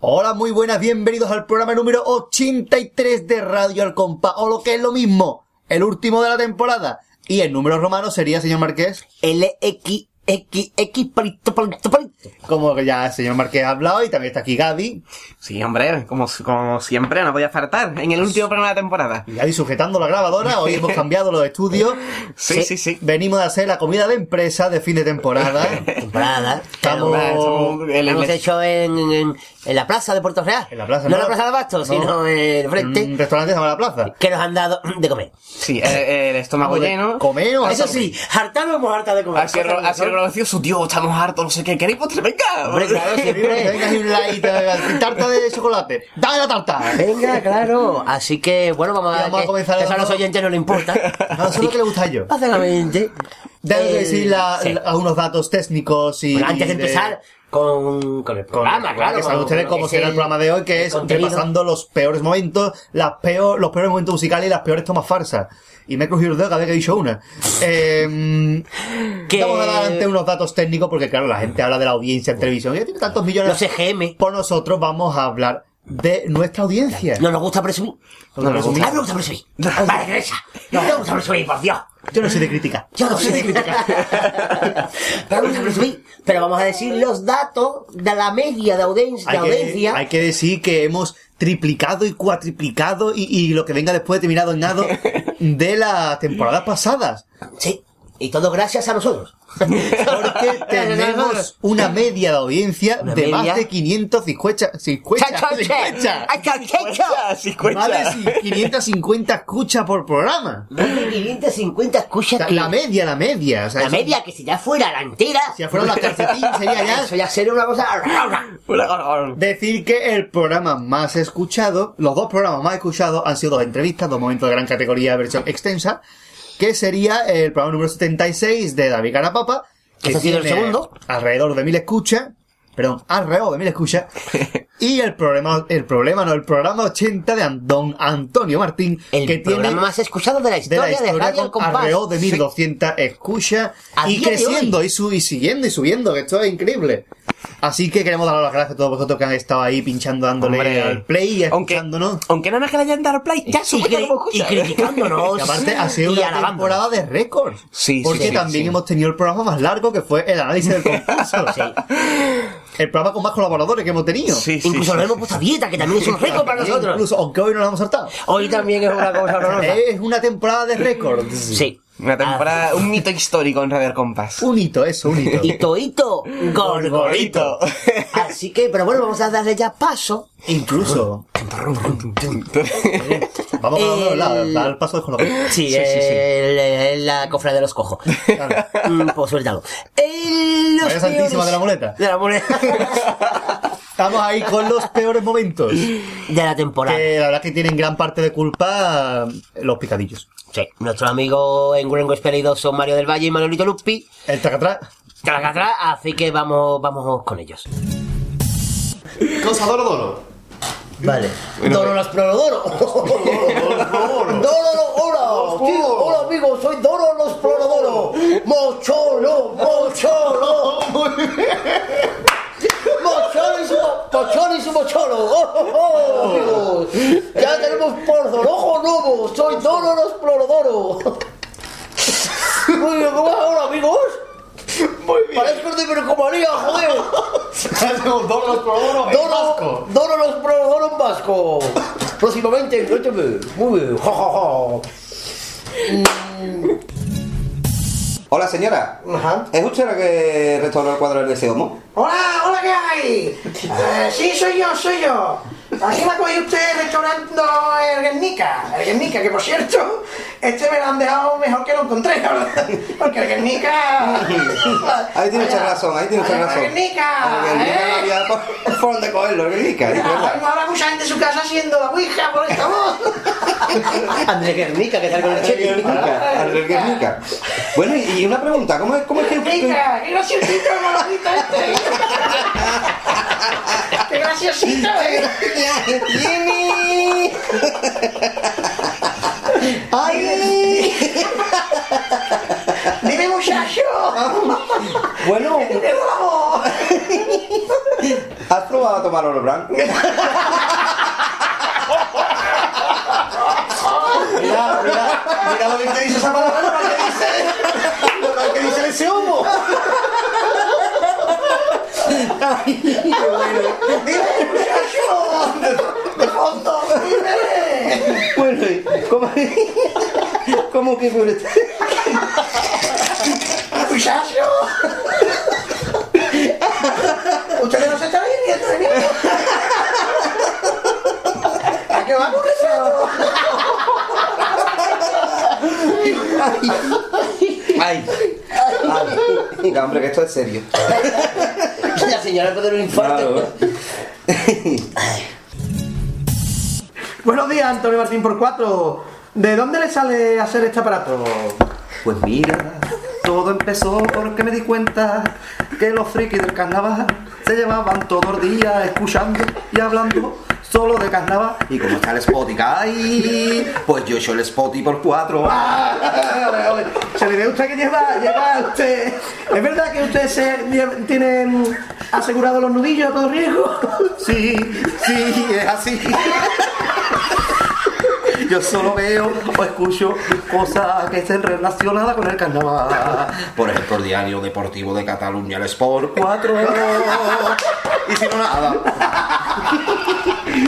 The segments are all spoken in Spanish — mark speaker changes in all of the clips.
Speaker 1: Hola, muy buenas, bienvenidos al programa número 83 de Radio Al Compa, o lo que es lo mismo, el último de la temporada. Y el número romano sería, señor Marqués,
Speaker 2: LX, X, X, palito, palito, palito.
Speaker 1: como que ya el señor Marqués ha hablado y también está aquí Gaby,
Speaker 2: Sí, hombre, como, como siempre, no podía faltar en el último programa de la temporada.
Speaker 1: y Gaby sujetando la grabadora, hoy hemos cambiado los estudios.
Speaker 2: Sí, sí, sí.
Speaker 1: Venimos de hacer la comida de empresa de fin de temporada.
Speaker 3: temporada.
Speaker 1: Estamos-
Speaker 3: Pero
Speaker 2: somos- el-
Speaker 3: hemos
Speaker 2: el-
Speaker 3: hecho en, en- en la plaza de Puerto Real.
Speaker 1: En la plaza,
Speaker 3: no
Speaker 1: ¿no?
Speaker 3: en la plaza de Abastos,
Speaker 1: No. Mm.
Speaker 3: sino en el frente.
Speaker 1: Un restaurante se llama La Plaza.
Speaker 3: Que nos han dado de comer.
Speaker 2: Sí, eh, el estómago lleno.
Speaker 1: Comeros,
Speaker 3: Eso sí, hartar no hemos hartado de comer.
Speaker 2: Así el ro- así el Rocío, su tío, estamos hartos, no sé qué, ¿queréis postre? Venga.
Speaker 3: Hombre, claro, siempre.
Speaker 1: Venga, y un light, eh, tarta de chocolate. Dame la tarta.
Speaker 3: Venga, claro. Así que, bueno, vamos a,
Speaker 1: Y vamos a
Speaker 3: que-
Speaker 1: comenzar
Speaker 3: que eso a
Speaker 1: dando-
Speaker 3: los oyentes no le importa.
Speaker 1: No, eso es lo que le gusta a yo.
Speaker 3: Básicamente.
Speaker 1: Debo
Speaker 3: eh,
Speaker 1: decir la-
Speaker 3: sí.
Speaker 1: la- algunos datos técnicos y.
Speaker 3: Bueno, antes de
Speaker 1: y
Speaker 3: empezar con, con el programa, claro.
Speaker 1: Que saben
Speaker 3: con-
Speaker 1: ustedes
Speaker 3: con
Speaker 1: cómo
Speaker 3: ese
Speaker 1: será el programa de hoy, que es
Speaker 3: contenido.
Speaker 1: repasando los peores momentos, las peor, los peores momentos musicales y las peores tomas farsas. Y me he cogido el dedo cada vez que he dicho una. Eh,
Speaker 3: Que-
Speaker 1: Vamos a dar antes unos datos técnicos, porque claro, la gente habla de la audiencia en televisión. Ya tiene tantos millones.
Speaker 3: Los E EGM.
Speaker 1: Por nosotros vamos a hablar de nuestra audiencia.
Speaker 3: No nos gusta presumir.
Speaker 1: No nos gusta.
Speaker 3: Ah, me gusta presumir. Vale, regresa. No me gusta presumir, por Dios.
Speaker 1: Yo no soy de crítica.
Speaker 3: Yo no soy de crítica. Pero me gusta presumir. Pero vamos a decir los datos de la media de audiencia. de
Speaker 1: hay que,
Speaker 3: audiencia.
Speaker 1: hay que decir que hemos triplicado y cuatriplicado y, y lo que venga después de terminado en nado de las temporadas pasadas.
Speaker 3: Sí. Y todo gracias a nosotros.
Speaker 1: Porque tenemos una media de audiencia
Speaker 3: Una
Speaker 1: de más
Speaker 3: media.
Speaker 1: de 550 50,
Speaker 3: Cha, cha, cha.
Speaker 1: 50.
Speaker 3: Ay, cha, cha, cha.
Speaker 2: Cuenta, sí, cuenta.
Speaker 1: Más de 550 escuchas por programa.
Speaker 3: Más de 550 escuchas.
Speaker 1: La,
Speaker 3: que-
Speaker 1: la media, la media. o sea,
Speaker 3: La
Speaker 1: eso-
Speaker 3: media, que si ya fuera la entera.
Speaker 1: Si ya fuera la calcetín sería ya...
Speaker 3: Eso ya sería una cosa.
Speaker 2: Una cosa-
Speaker 1: Decir que el programa más escuchado, los dos programas más escuchados han sido dos entrevistas, dos momentos de gran categoría, versión extensa, que sería el programa número 76 de David Carapapa, que
Speaker 3: Ese ha sido el
Speaker 1: tiene
Speaker 3: segundo.
Speaker 1: alrededor de mil escuchas, perdón, alrededor de mil escuchas, y el problema, el problema no, el programa 80 de An- don Antonio Martín,
Speaker 3: El
Speaker 1: que
Speaker 3: programa
Speaker 1: tiene
Speaker 3: más escuchado de la
Speaker 1: de
Speaker 3: historia
Speaker 1: la
Speaker 3: de,
Speaker 1: historia
Speaker 3: Radio El
Speaker 1: con
Speaker 3: Compás.
Speaker 1: alrededor de 1200 escuchas
Speaker 3: A
Speaker 1: y
Speaker 3: día de
Speaker 1: creciendo y, su- y siguiendo y subiendo, que esto es increíble. Así que queremos dar las gracias a todos vosotros que han estado ahí pinchando, dándole
Speaker 2: Hombre.
Speaker 1: al play y
Speaker 2: Aunque,
Speaker 1: escuchándonos.
Speaker 2: aunque nada más que le hayan dado al play, ya
Speaker 3: y,
Speaker 2: sube
Speaker 3: cri- y criticándonos.
Speaker 1: Y aparte ha sido
Speaker 3: y
Speaker 1: una
Speaker 3: alabándonos.
Speaker 1: temporada de récord.
Speaker 2: Sí, sí,
Speaker 1: porque
Speaker 2: sí,
Speaker 1: también
Speaker 2: sí.
Speaker 1: hemos tenido el programa más largo que fue el análisis del concurso. El programa con más colaboradores que hemos tenido.
Speaker 2: Sí, sí,
Speaker 3: Incluso
Speaker 2: sí,
Speaker 3: nos
Speaker 2: sí.
Speaker 3: hemos puesto a dieta, que también es un récord para
Speaker 1: Y
Speaker 3: nosotros.
Speaker 1: Incluso, aunque hoy no lo hemos saltado.
Speaker 3: Hoy también es una cosa horrorosa.
Speaker 1: Es una temporada de récord.
Speaker 3: Sí.
Speaker 2: Una temporada, un mito histórico en Radio El Compás.
Speaker 1: Un hito, eso, un hito.
Speaker 3: Ah, y Toito Gorgorito. Así que, pero bueno, vamos a darle ya paso.
Speaker 1: Incluso. Vamos a
Speaker 3: El-
Speaker 1: hablar, dar el paso de colaboración.
Speaker 3: Sí, eh.
Speaker 2: sí, sí.
Speaker 3: el- el- la cofra de los cojos.
Speaker 1: Claro.
Speaker 3: Mm, pues suéltalo. El- los
Speaker 1: María Santísima
Speaker 3: peores-
Speaker 1: de la Muleta.
Speaker 3: De la muleta.
Speaker 1: Estamos ahí con los peores momentos.
Speaker 3: de la temporada.
Speaker 1: Que la verdad que tienen gran parte de culpa eh, los picadillos.
Speaker 3: Sí, nuestros amigos en Gurengo Esperidos son Mario del Valle y Manolito Lupi.
Speaker 1: El tracatrá.
Speaker 3: Tras atrás, así que vamos, vamos con ellos.
Speaker 1: Cosa dolo dolo.
Speaker 3: Vale. Doro las Pronodoro. Doro, hola, tío, hola amigo, soy Doro los Pronodoro. Mocholo, mocholo. Mocholo y su mo- mocholo y su mocholo. Oh, oh, oh, amigos. Ya tenemos porzo, ojo nuevo, soy Doro los Pronodoro. Muy bien, ¿cómo vas ahora, amigos? Muy bien. Parezco de Mercomanía, joder. Dono, dono los prodoros vasco. Próximamente en RTV. Muy bien. Jo, jo, jo.
Speaker 4: Hola señora, ¿es usted la que restauró el cuadro del deseo, no?
Speaker 5: Hola, hola, ¿qué hay? Eh, sí, soy yo, soy yo. Aquí me cogió usted restaurando el Guernica. El Guernica, que por cierto, este me lo han dejado mejor que lo encontré, la verdad. Porque el Guernica...
Speaker 4: Ahí tiene usted razón, ahí tiene usted
Speaker 5: Allá va
Speaker 4: razón.
Speaker 2: Ah,
Speaker 5: El Guernica,
Speaker 4: El Guernica no
Speaker 5: ¿eh?
Speaker 4: había por- por dónde cogerlo, el Guernica, es
Speaker 5: Ahora mismo
Speaker 4: verdad.
Speaker 5: habrá mucha gente en su casa haciendo la ouija por esta voz.
Speaker 3: Andrés Guernica, que tal con el
Speaker 4: El
Speaker 3: cheque.
Speaker 4: Guernica, el Guernica. Bueno, y y una pregunta, ¿cómo es, cómo es que usted...
Speaker 5: Guernica, qué graciosito el maldito este. Qué graciosito, eh.
Speaker 4: ¡Tiene! ¡Ay!
Speaker 5: Dime, muchacho.
Speaker 4: Bueno,
Speaker 5: Dime, guapo.
Speaker 4: hace
Speaker 2: no vas a tomar oro blanco.
Speaker 3: Mira, mira, mira lo bien que dice esa palabra, lo mal que dice, lo mal que dice ese humo.
Speaker 1: ¡Dime, muchacho! ¡De fondo! ¡Dime!
Speaker 3: Bueno, ¿y ¿cómo, cómo que por este?
Speaker 1: ¡Muchacho! ¡Ustedes no se están viviendo de mí! ¿A qué va con eso?
Speaker 2: Ay. Venga, hombre, que esto es serio.
Speaker 3: La señora puede tener un infarto.
Speaker 1: Buenos días, Antonio Martín por cuatro. ¿De dónde le sale hacer este aparato?
Speaker 6: Pues mira, todo empezó porque me di cuenta que los frikis del carnaval se llevaban todo el día escuchando y hablando solo de carnaval. Y como está el Spotify, pues yo he hecho el Spotify por cuatro.
Speaker 1: Se le ve a usted que lleva, lleva a usted. ¿Es verdad que usted se lle-
Speaker 6: mm,
Speaker 1: tienen asegurado los nudillos a todo riesgo?
Speaker 6: Sí, sí, es así. Yo solo veo o escucho cosas que estén relacionadas con el carnaval. Por ejemplo, el diario deportivo de Cataluña, el Sport 4. Y si no, nada.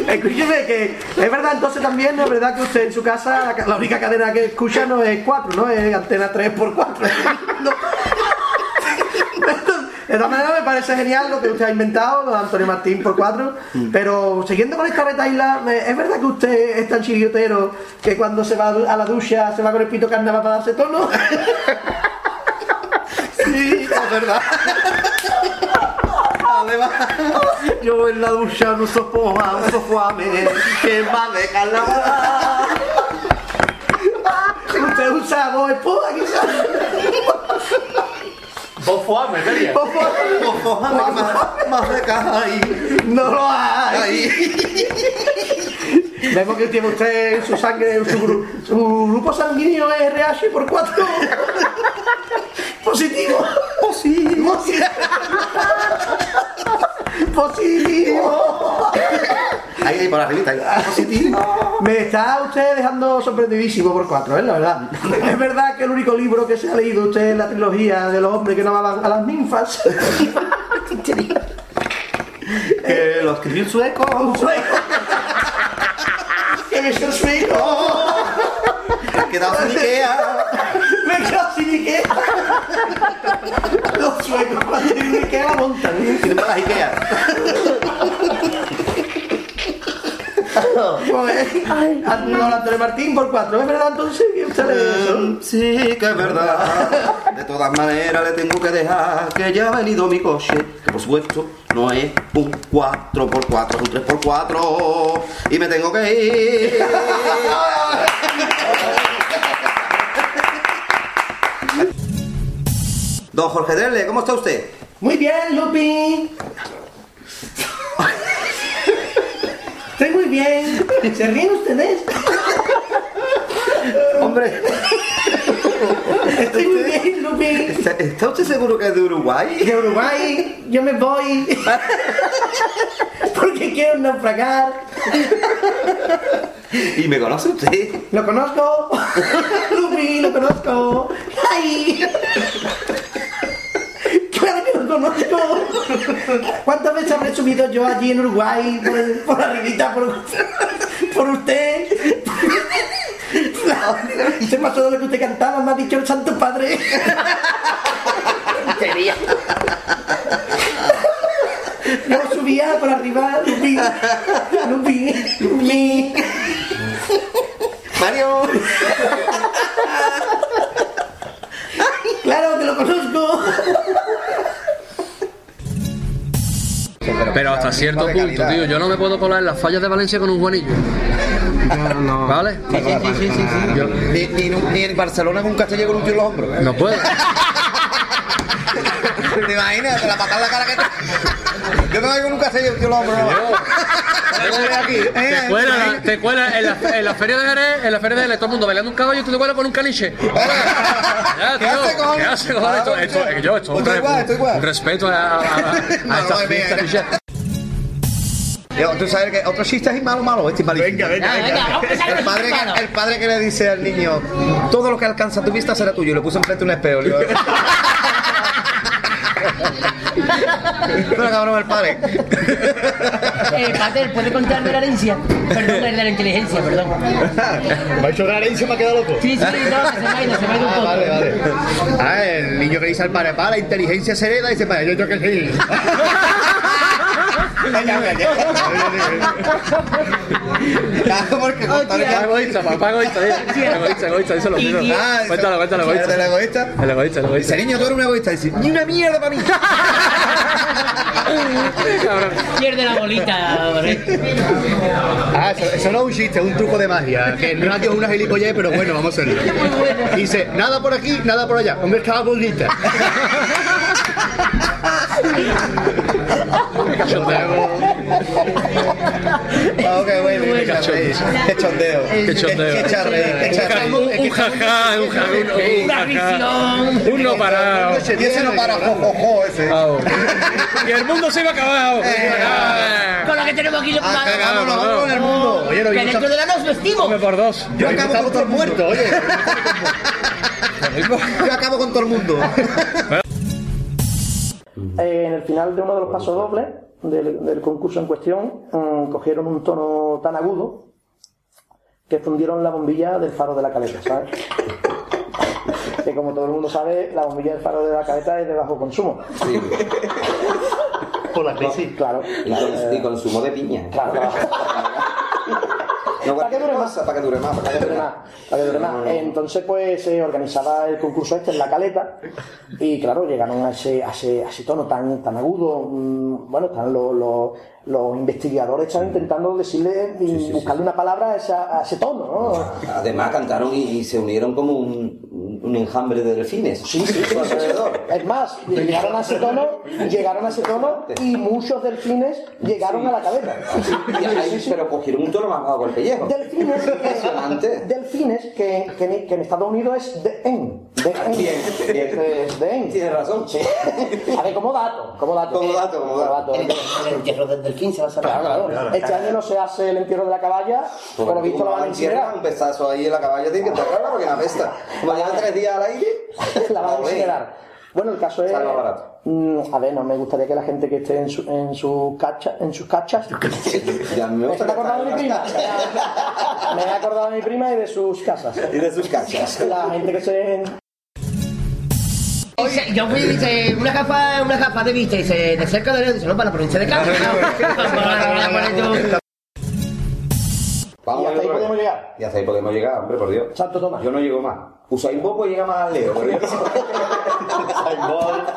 Speaker 1: Escúcheme que es verdad entonces también, ¿no? es verdad que usted en su casa la, la única cadena que escucha no es 4, ¿no? Es antena 3x4. No. De todas maneras me parece genial lo que usted ha inventado, lo de Antonio Martín por 4, pero siguiendo con esta beta isla, me- ¿es verdad que usted es tan chillotero que cuando se va a la ducha se va con el pito carnaval para darse tono?
Speaker 6: Sí, es verdad. Además, yo en la ducha no sofoa, no sofoame, que más de carnaval.
Speaker 1: ¿Usted usa vos esposa quizás?
Speaker 7: Vos fuame, sería.
Speaker 1: Vos Esponja.
Speaker 6: Sofoame, que más, más de carnaval.
Speaker 1: No lo hay. Vemos que tiene usted su sangre, su, gru- su grupo sanguíneo es RH por cuatro. Positivo. Positivo. Positivo.
Speaker 6: Ahí, ahí, por arribita. ahí.
Speaker 1: Positivo. Me está usted dejando sorprendidísimo por cuatro, es la verdad. Es verdad que el único libro que se ha leído usted es la trilogía de los hombres que no amaban a las ninfas.
Speaker 6: Que lo escribió un sueco.
Speaker 1: Un sueco. Que es el sueco.
Speaker 6: Ha quedado sin Ikea.
Speaker 1: Me quedo sin Ikea. Los suecos cuando tienen Ikea la montan.
Speaker 6: Y después las Ikea.
Speaker 1: Pues, no, Antonio Martín por cuatro. ¿Es verdad entonces que usted le
Speaker 6: Em, Sí, que es verdad. De todas maneras le tengo que dejar que ya ha venido mi coche. Que por supuesto no es un 4x4, es un 3x4. Y me tengo que ir. Don Jorge Derle, ¿cómo está usted?
Speaker 1: Muy bien, Lupi. Estoy muy bien. ¿Se ríen ustedes?
Speaker 6: Hombre,
Speaker 1: Estoy muy bien, Lupi.
Speaker 6: ¿está, está usted seguro que es de Uruguay?
Speaker 1: De Uruguay, yo me voy. Porque quiero naufragar.
Speaker 6: ¿Y me conoce usted?
Speaker 1: Lo conozco. Lupi, lo conozco. ¡Ay! Claro que lo conozco. ¿Cuántas veces habré subido yo allí en Uruguay por, por arribita por, por usted? Hice más todo lo que usted cantaba, me ha dicho el Santo Padre. Yo subía por arriba, Lupi, Lupi, Lupi.
Speaker 6: Mario.
Speaker 1: Claro que lo conozco.
Speaker 7: Pero hasta cierto punto, tío. Yo no me puedo colar en las fallas de Valencia con un Juanillo. ¿Vale? Yo-
Speaker 2: Ni, ni en un- ni en Barcelona con un castillo con un tío en los hombros.
Speaker 7: no puedo.
Speaker 2: ¿Te imaginas? Te la patada en la cara que te... Yo me voy con un castillo con un tío en los hombros.
Speaker 6: Eh,
Speaker 7: Te cuela, te cuela en, la, en la feria de Jerez, en la feria de Jerez, todo el mundo bailando un caballo y tú te cuelas con un caniche. Ya,
Speaker 2: ¿Qué
Speaker 7: tío,
Speaker 2: hace, cojones?
Speaker 7: ¿Qué hace, cojones? Esto, esto, yo, esto, es un
Speaker 2: Estoy
Speaker 7: re-
Speaker 2: igual, estoy igual.
Speaker 7: un respeto a, a, a- a esta
Speaker 2: Madre mía.
Speaker 7: fiesta, Michelle.
Speaker 6: Yo, Tú sabes que otro chiste es malo, malo, este es malísimo.
Speaker 1: Venga, venga,
Speaker 8: Venga, venga,
Speaker 1: venga.
Speaker 8: vamos a pensar que
Speaker 6: El
Speaker 8: no es
Speaker 6: padre,
Speaker 8: hispano.
Speaker 6: que, el padre que le dice al niño, todo lo que alcanza tu vista será tuyo, y le puso enfrente un espejo. le digo, Pero cabrón, el padre.
Speaker 8: Eh, Pater, ¿puede contarme la herencia? Perdón, la inteligencia, perdón.
Speaker 1: Va a llorar y se me ha quedado loco.
Speaker 8: Sí, sí, no, que se me ha ido, se me ha ido un poco.
Speaker 6: Vale, vale. Ah, el niño que le dice al padre, para, la inteligencia se hereda, y dice, para, yo creo que sí.
Speaker 9: Claro, porque contar que-
Speaker 10: Egoísta, papá, egoísta, eh. egoísta, egoísta, eso es lo
Speaker 8: Y-
Speaker 10: primero.
Speaker 8: y-
Speaker 6: Ah, eso-
Speaker 10: Cuéntalo, cuéntalo,
Speaker 6: ¿Eres del
Speaker 10: egoísta.
Speaker 6: egoísta?
Speaker 10: El egoísta, el egoísta.
Speaker 6: Dice, niño, tú eres un egoísta. Dice, ni una mierda para mí.
Speaker 10: Cabrón.
Speaker 8: Pierde la bolita, hombre.
Speaker 6: Ah, eso, eso no es un chiste, es un truco de magia. Que no es una gilipollez, pero bueno, vamos a hacerlo. Dice, nada por aquí, nada por allá. Hombre, estaba bonita. Ah, ok, bueno, qué chondeo. Qué chondeo.
Speaker 10: Qué chondeo.
Speaker 6: Qué charre, qué charre.
Speaker 10: Un jajá, un jajá, un
Speaker 8: Una visión.
Speaker 10: jajá. Un no parado.
Speaker 6: Y ese eh, no para, jojojo, ese.
Speaker 10: Y el mundo se va a acabar.
Speaker 8: Con lo que tenemos aquí lo
Speaker 6: Ah,
Speaker 8: que
Speaker 6: cagamos, nos vamos con el mundo. Oye, lo
Speaker 8: Que dentro de la nos vestimos.
Speaker 10: Come por dos.
Speaker 6: Yo acabo con todo el mundo, oye. Yo acabo con todo el mundo.
Speaker 11: Eh, en el final de uno de los pasos dobles del, del concurso en cuestión, mm, cogieron un tono tan agudo que fundieron la bombilla del faro de la caleta, ¿sabes? que como todo el mundo sabe, la bombilla del faro de la caleta es de bajo consumo.
Speaker 1: Por la crisis.
Speaker 11: Claro.
Speaker 9: Y con- y consumo de piña.
Speaker 11: Claro, claro.
Speaker 9: No,
Speaker 11: Para que dure más.
Speaker 9: Para que dure más. Para que dure más.
Speaker 11: La de Dorema. Entonces, pues se organizaba el concurso este en la caleta y, claro, llegaron a ese, a ese, a ese tono tan, tan agudo. mm, Bueno, están los, los, los investigadores están intentando decirle, y buscarle una palabra a, esa- a ese tono, ¿no?
Speaker 9: Además cantaron y, y se unieron como un, un enjambre de delfines. Sí, sí, sí. alrededor.
Speaker 11: Es más, llegaron a ese tono, llegaron a ese tono y muchos delfines llegaron a la caleta.
Speaker 9: Y ahí- Pero cogieron un tono más bajo que el pellejo.
Speaker 11: Delfines, que,
Speaker 9: Impresionante.
Speaker 11: delfines que, que, en- que en Estados Unidos es the end. The end.
Speaker 9: Bien, bien.
Speaker 11: Es the end.
Speaker 9: Tienes razón.
Speaker 11: Sí. A ver, como dato, como dato. Eh,
Speaker 9: Como dato, como dato.
Speaker 11: Como
Speaker 8: El, el entierro del delfín se va a
Speaker 11: Claro,
Speaker 8: cerrar.
Speaker 11: claro. Este año no se hace el entierro de la caballa, por lo
Speaker 9: Porque
Speaker 11: visto la
Speaker 9: como
Speaker 11: van a
Speaker 9: la entierran,
Speaker 11: incinerar.
Speaker 9: un pesazo ahí en la caballa tiene que enterrarla porque la pesta. Como llevan tres días al aire,
Speaker 11: La van a
Speaker 9: olé.
Speaker 11: incinerar. Bueno, el caso es.
Speaker 9: Sale más pues, barato.
Speaker 11: Mm, a ver, no me gustaría que la gente que esté en, su, en, su cacha- en sus cachas.
Speaker 9: Ya me
Speaker 11: Me he
Speaker 9: gusta que
Speaker 11: acordado de mi prima.
Speaker 9: están en las
Speaker 11: Me he acordado de mi prima y de sus casas.
Speaker 9: casas. Y de sus cachas.
Speaker 11: La gente que se. en-
Speaker 8: Y se- Yo fui, dice, una gafa, una gafa de vista, dice, de cerca de lejos, dice, no, para la provincia de Cádiz.
Speaker 11: Y
Speaker 9: Vamos
Speaker 11: hasta
Speaker 9: a
Speaker 11: ahí podemos llegar.
Speaker 9: Y hasta ahí podemos llegar, hombre, por Dios.
Speaker 11: Santo Tomás.
Speaker 9: Yo no llego más. Usain Bolt puede llegar más al Leo, pero yo no. Usain Bolt.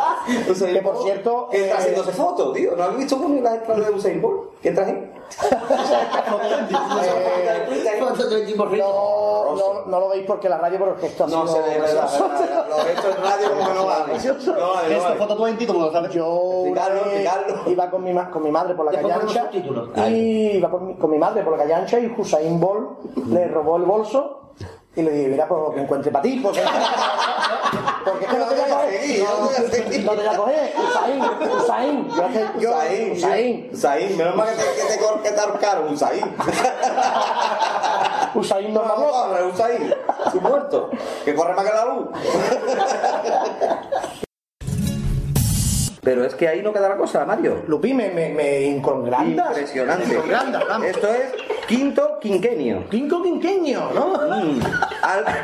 Speaker 9: Usain
Speaker 11: Que, por
Speaker 9: Bolt,
Speaker 11: cierto,
Speaker 9: Que está
Speaker 11: eh,
Speaker 9: haciéndose fotos, tío. ¿No has visto con la entrada de Usain Bolt? ¿Qué traje?
Speaker 11: No, no, no lo veis porque la radio, porque esto ha
Speaker 9: No
Speaker 11: sido
Speaker 9: se le ve la verdad. Lo he hecho en radio como que no vale. No vale, no vale.
Speaker 6: foto 20, como lo sabes.
Speaker 11: Yo una
Speaker 9: Explicarlo,
Speaker 11: vez
Speaker 9: explicarlo.
Speaker 11: Eh, iba con mi, ma- con mi madre por la calle
Speaker 8: ponemos
Speaker 11: ancha
Speaker 8: subtítulos.
Speaker 11: y iba con mi, con mi madre por la calle ancha y Hussein Bolt
Speaker 9: Mm.
Speaker 11: le robó el bolso y le dije, mira, pues lo que encuentre para ti, porque, porque es que no te voy a coger,
Speaker 9: No voy a seguir.
Speaker 11: no, no te voy a coger, Hussein, Hussein, yo es que- yo-
Speaker 9: Usain,
Speaker 11: Hussein,
Speaker 9: Usain, menos mal que te, que te cor- que te ahorcaron, Usain.
Speaker 11: Hussein no
Speaker 9: No,
Speaker 11: me habló.
Speaker 9: no, no, Usain, su muerto, que corre más que la luz. Pero es que ahí no queda la cosa, Mario.
Speaker 11: Lupi, me, me, me incongrandas.
Speaker 9: Impresionante.
Speaker 11: Incongrandas, vamos.
Speaker 9: Esto es quinto quinquenio.
Speaker 11: Cinco quinqueños, ¿no?
Speaker 9: Mm. Al-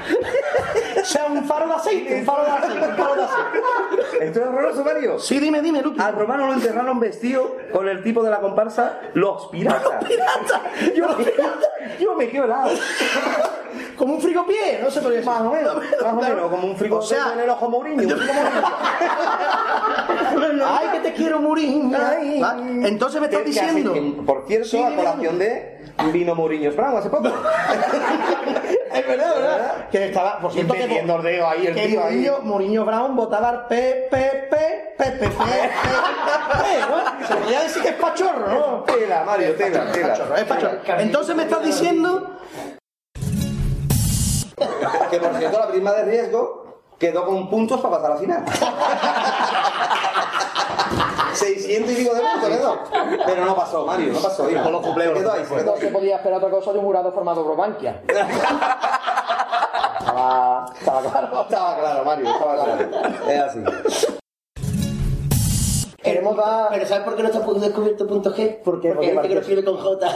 Speaker 11: O sea, un faro de aceite, un faro de aceite, un faro de aceite.
Speaker 9: Esto es horroroso, Mario.
Speaker 11: Sí, dime, dime, Lupi.
Speaker 9: Al romano lo enterraron vestido con el tipo de la comparsa Los Piratas.
Speaker 11: Yo, yo me quedo helado. Como un frigopié, no sé por qué. Más o menos, más o menos, como un frigopié. O sea, en el ojo Mourinho. Ay, que te quiero Mourinho.
Speaker 9: Ay.
Speaker 11: ¿Va? Entonces me estás
Speaker 9: Que- que hace-
Speaker 11: diciendo.
Speaker 9: que, por cierto,
Speaker 11: Sí,
Speaker 9: a
Speaker 11: dime,
Speaker 9: colación de vino Mourinho Franco hace poco.
Speaker 11: Es verdad, ¿verdad? Que estaba, por cierto, que
Speaker 6: Metiendo el dedo ahí, el
Speaker 11: que
Speaker 6: tío ahí.
Speaker 11: Mourinho, Mourinho Brown votaba al P, P, P, P, P, P, P, P, P, bueno, Se podría decir que es pachorro, ¿no?
Speaker 9: Tela, Mario, tela,
Speaker 11: Es pachorro, es
Speaker 9: tela.
Speaker 11: pachorro. Entonces me estás diciendo.
Speaker 9: Que por cierto, la prima de riesgo quedó con puntos para pasar a la final. 600 y pico de puntos, ¿verdad? Pero no pasó, Mario, no pasó. Mira,
Speaker 12: Con los cumpleaños.
Speaker 9: Quedó
Speaker 11: pues.
Speaker 9: ahí, se quedó
Speaker 5: No
Speaker 9: ahí.
Speaker 5: se podía esperar otra cosa de un jurado formado por Bankia. Estaba, estaba claro.
Speaker 9: Estaba claro, Mario, estaba claro. Es así.
Speaker 5: Queremos dar...
Speaker 8: Pero ¿sabes por qué no está descubierto punto G?
Speaker 5: Porque-
Speaker 8: Porque hay gente que lo
Speaker 5: porque-
Speaker 8: escribe con J.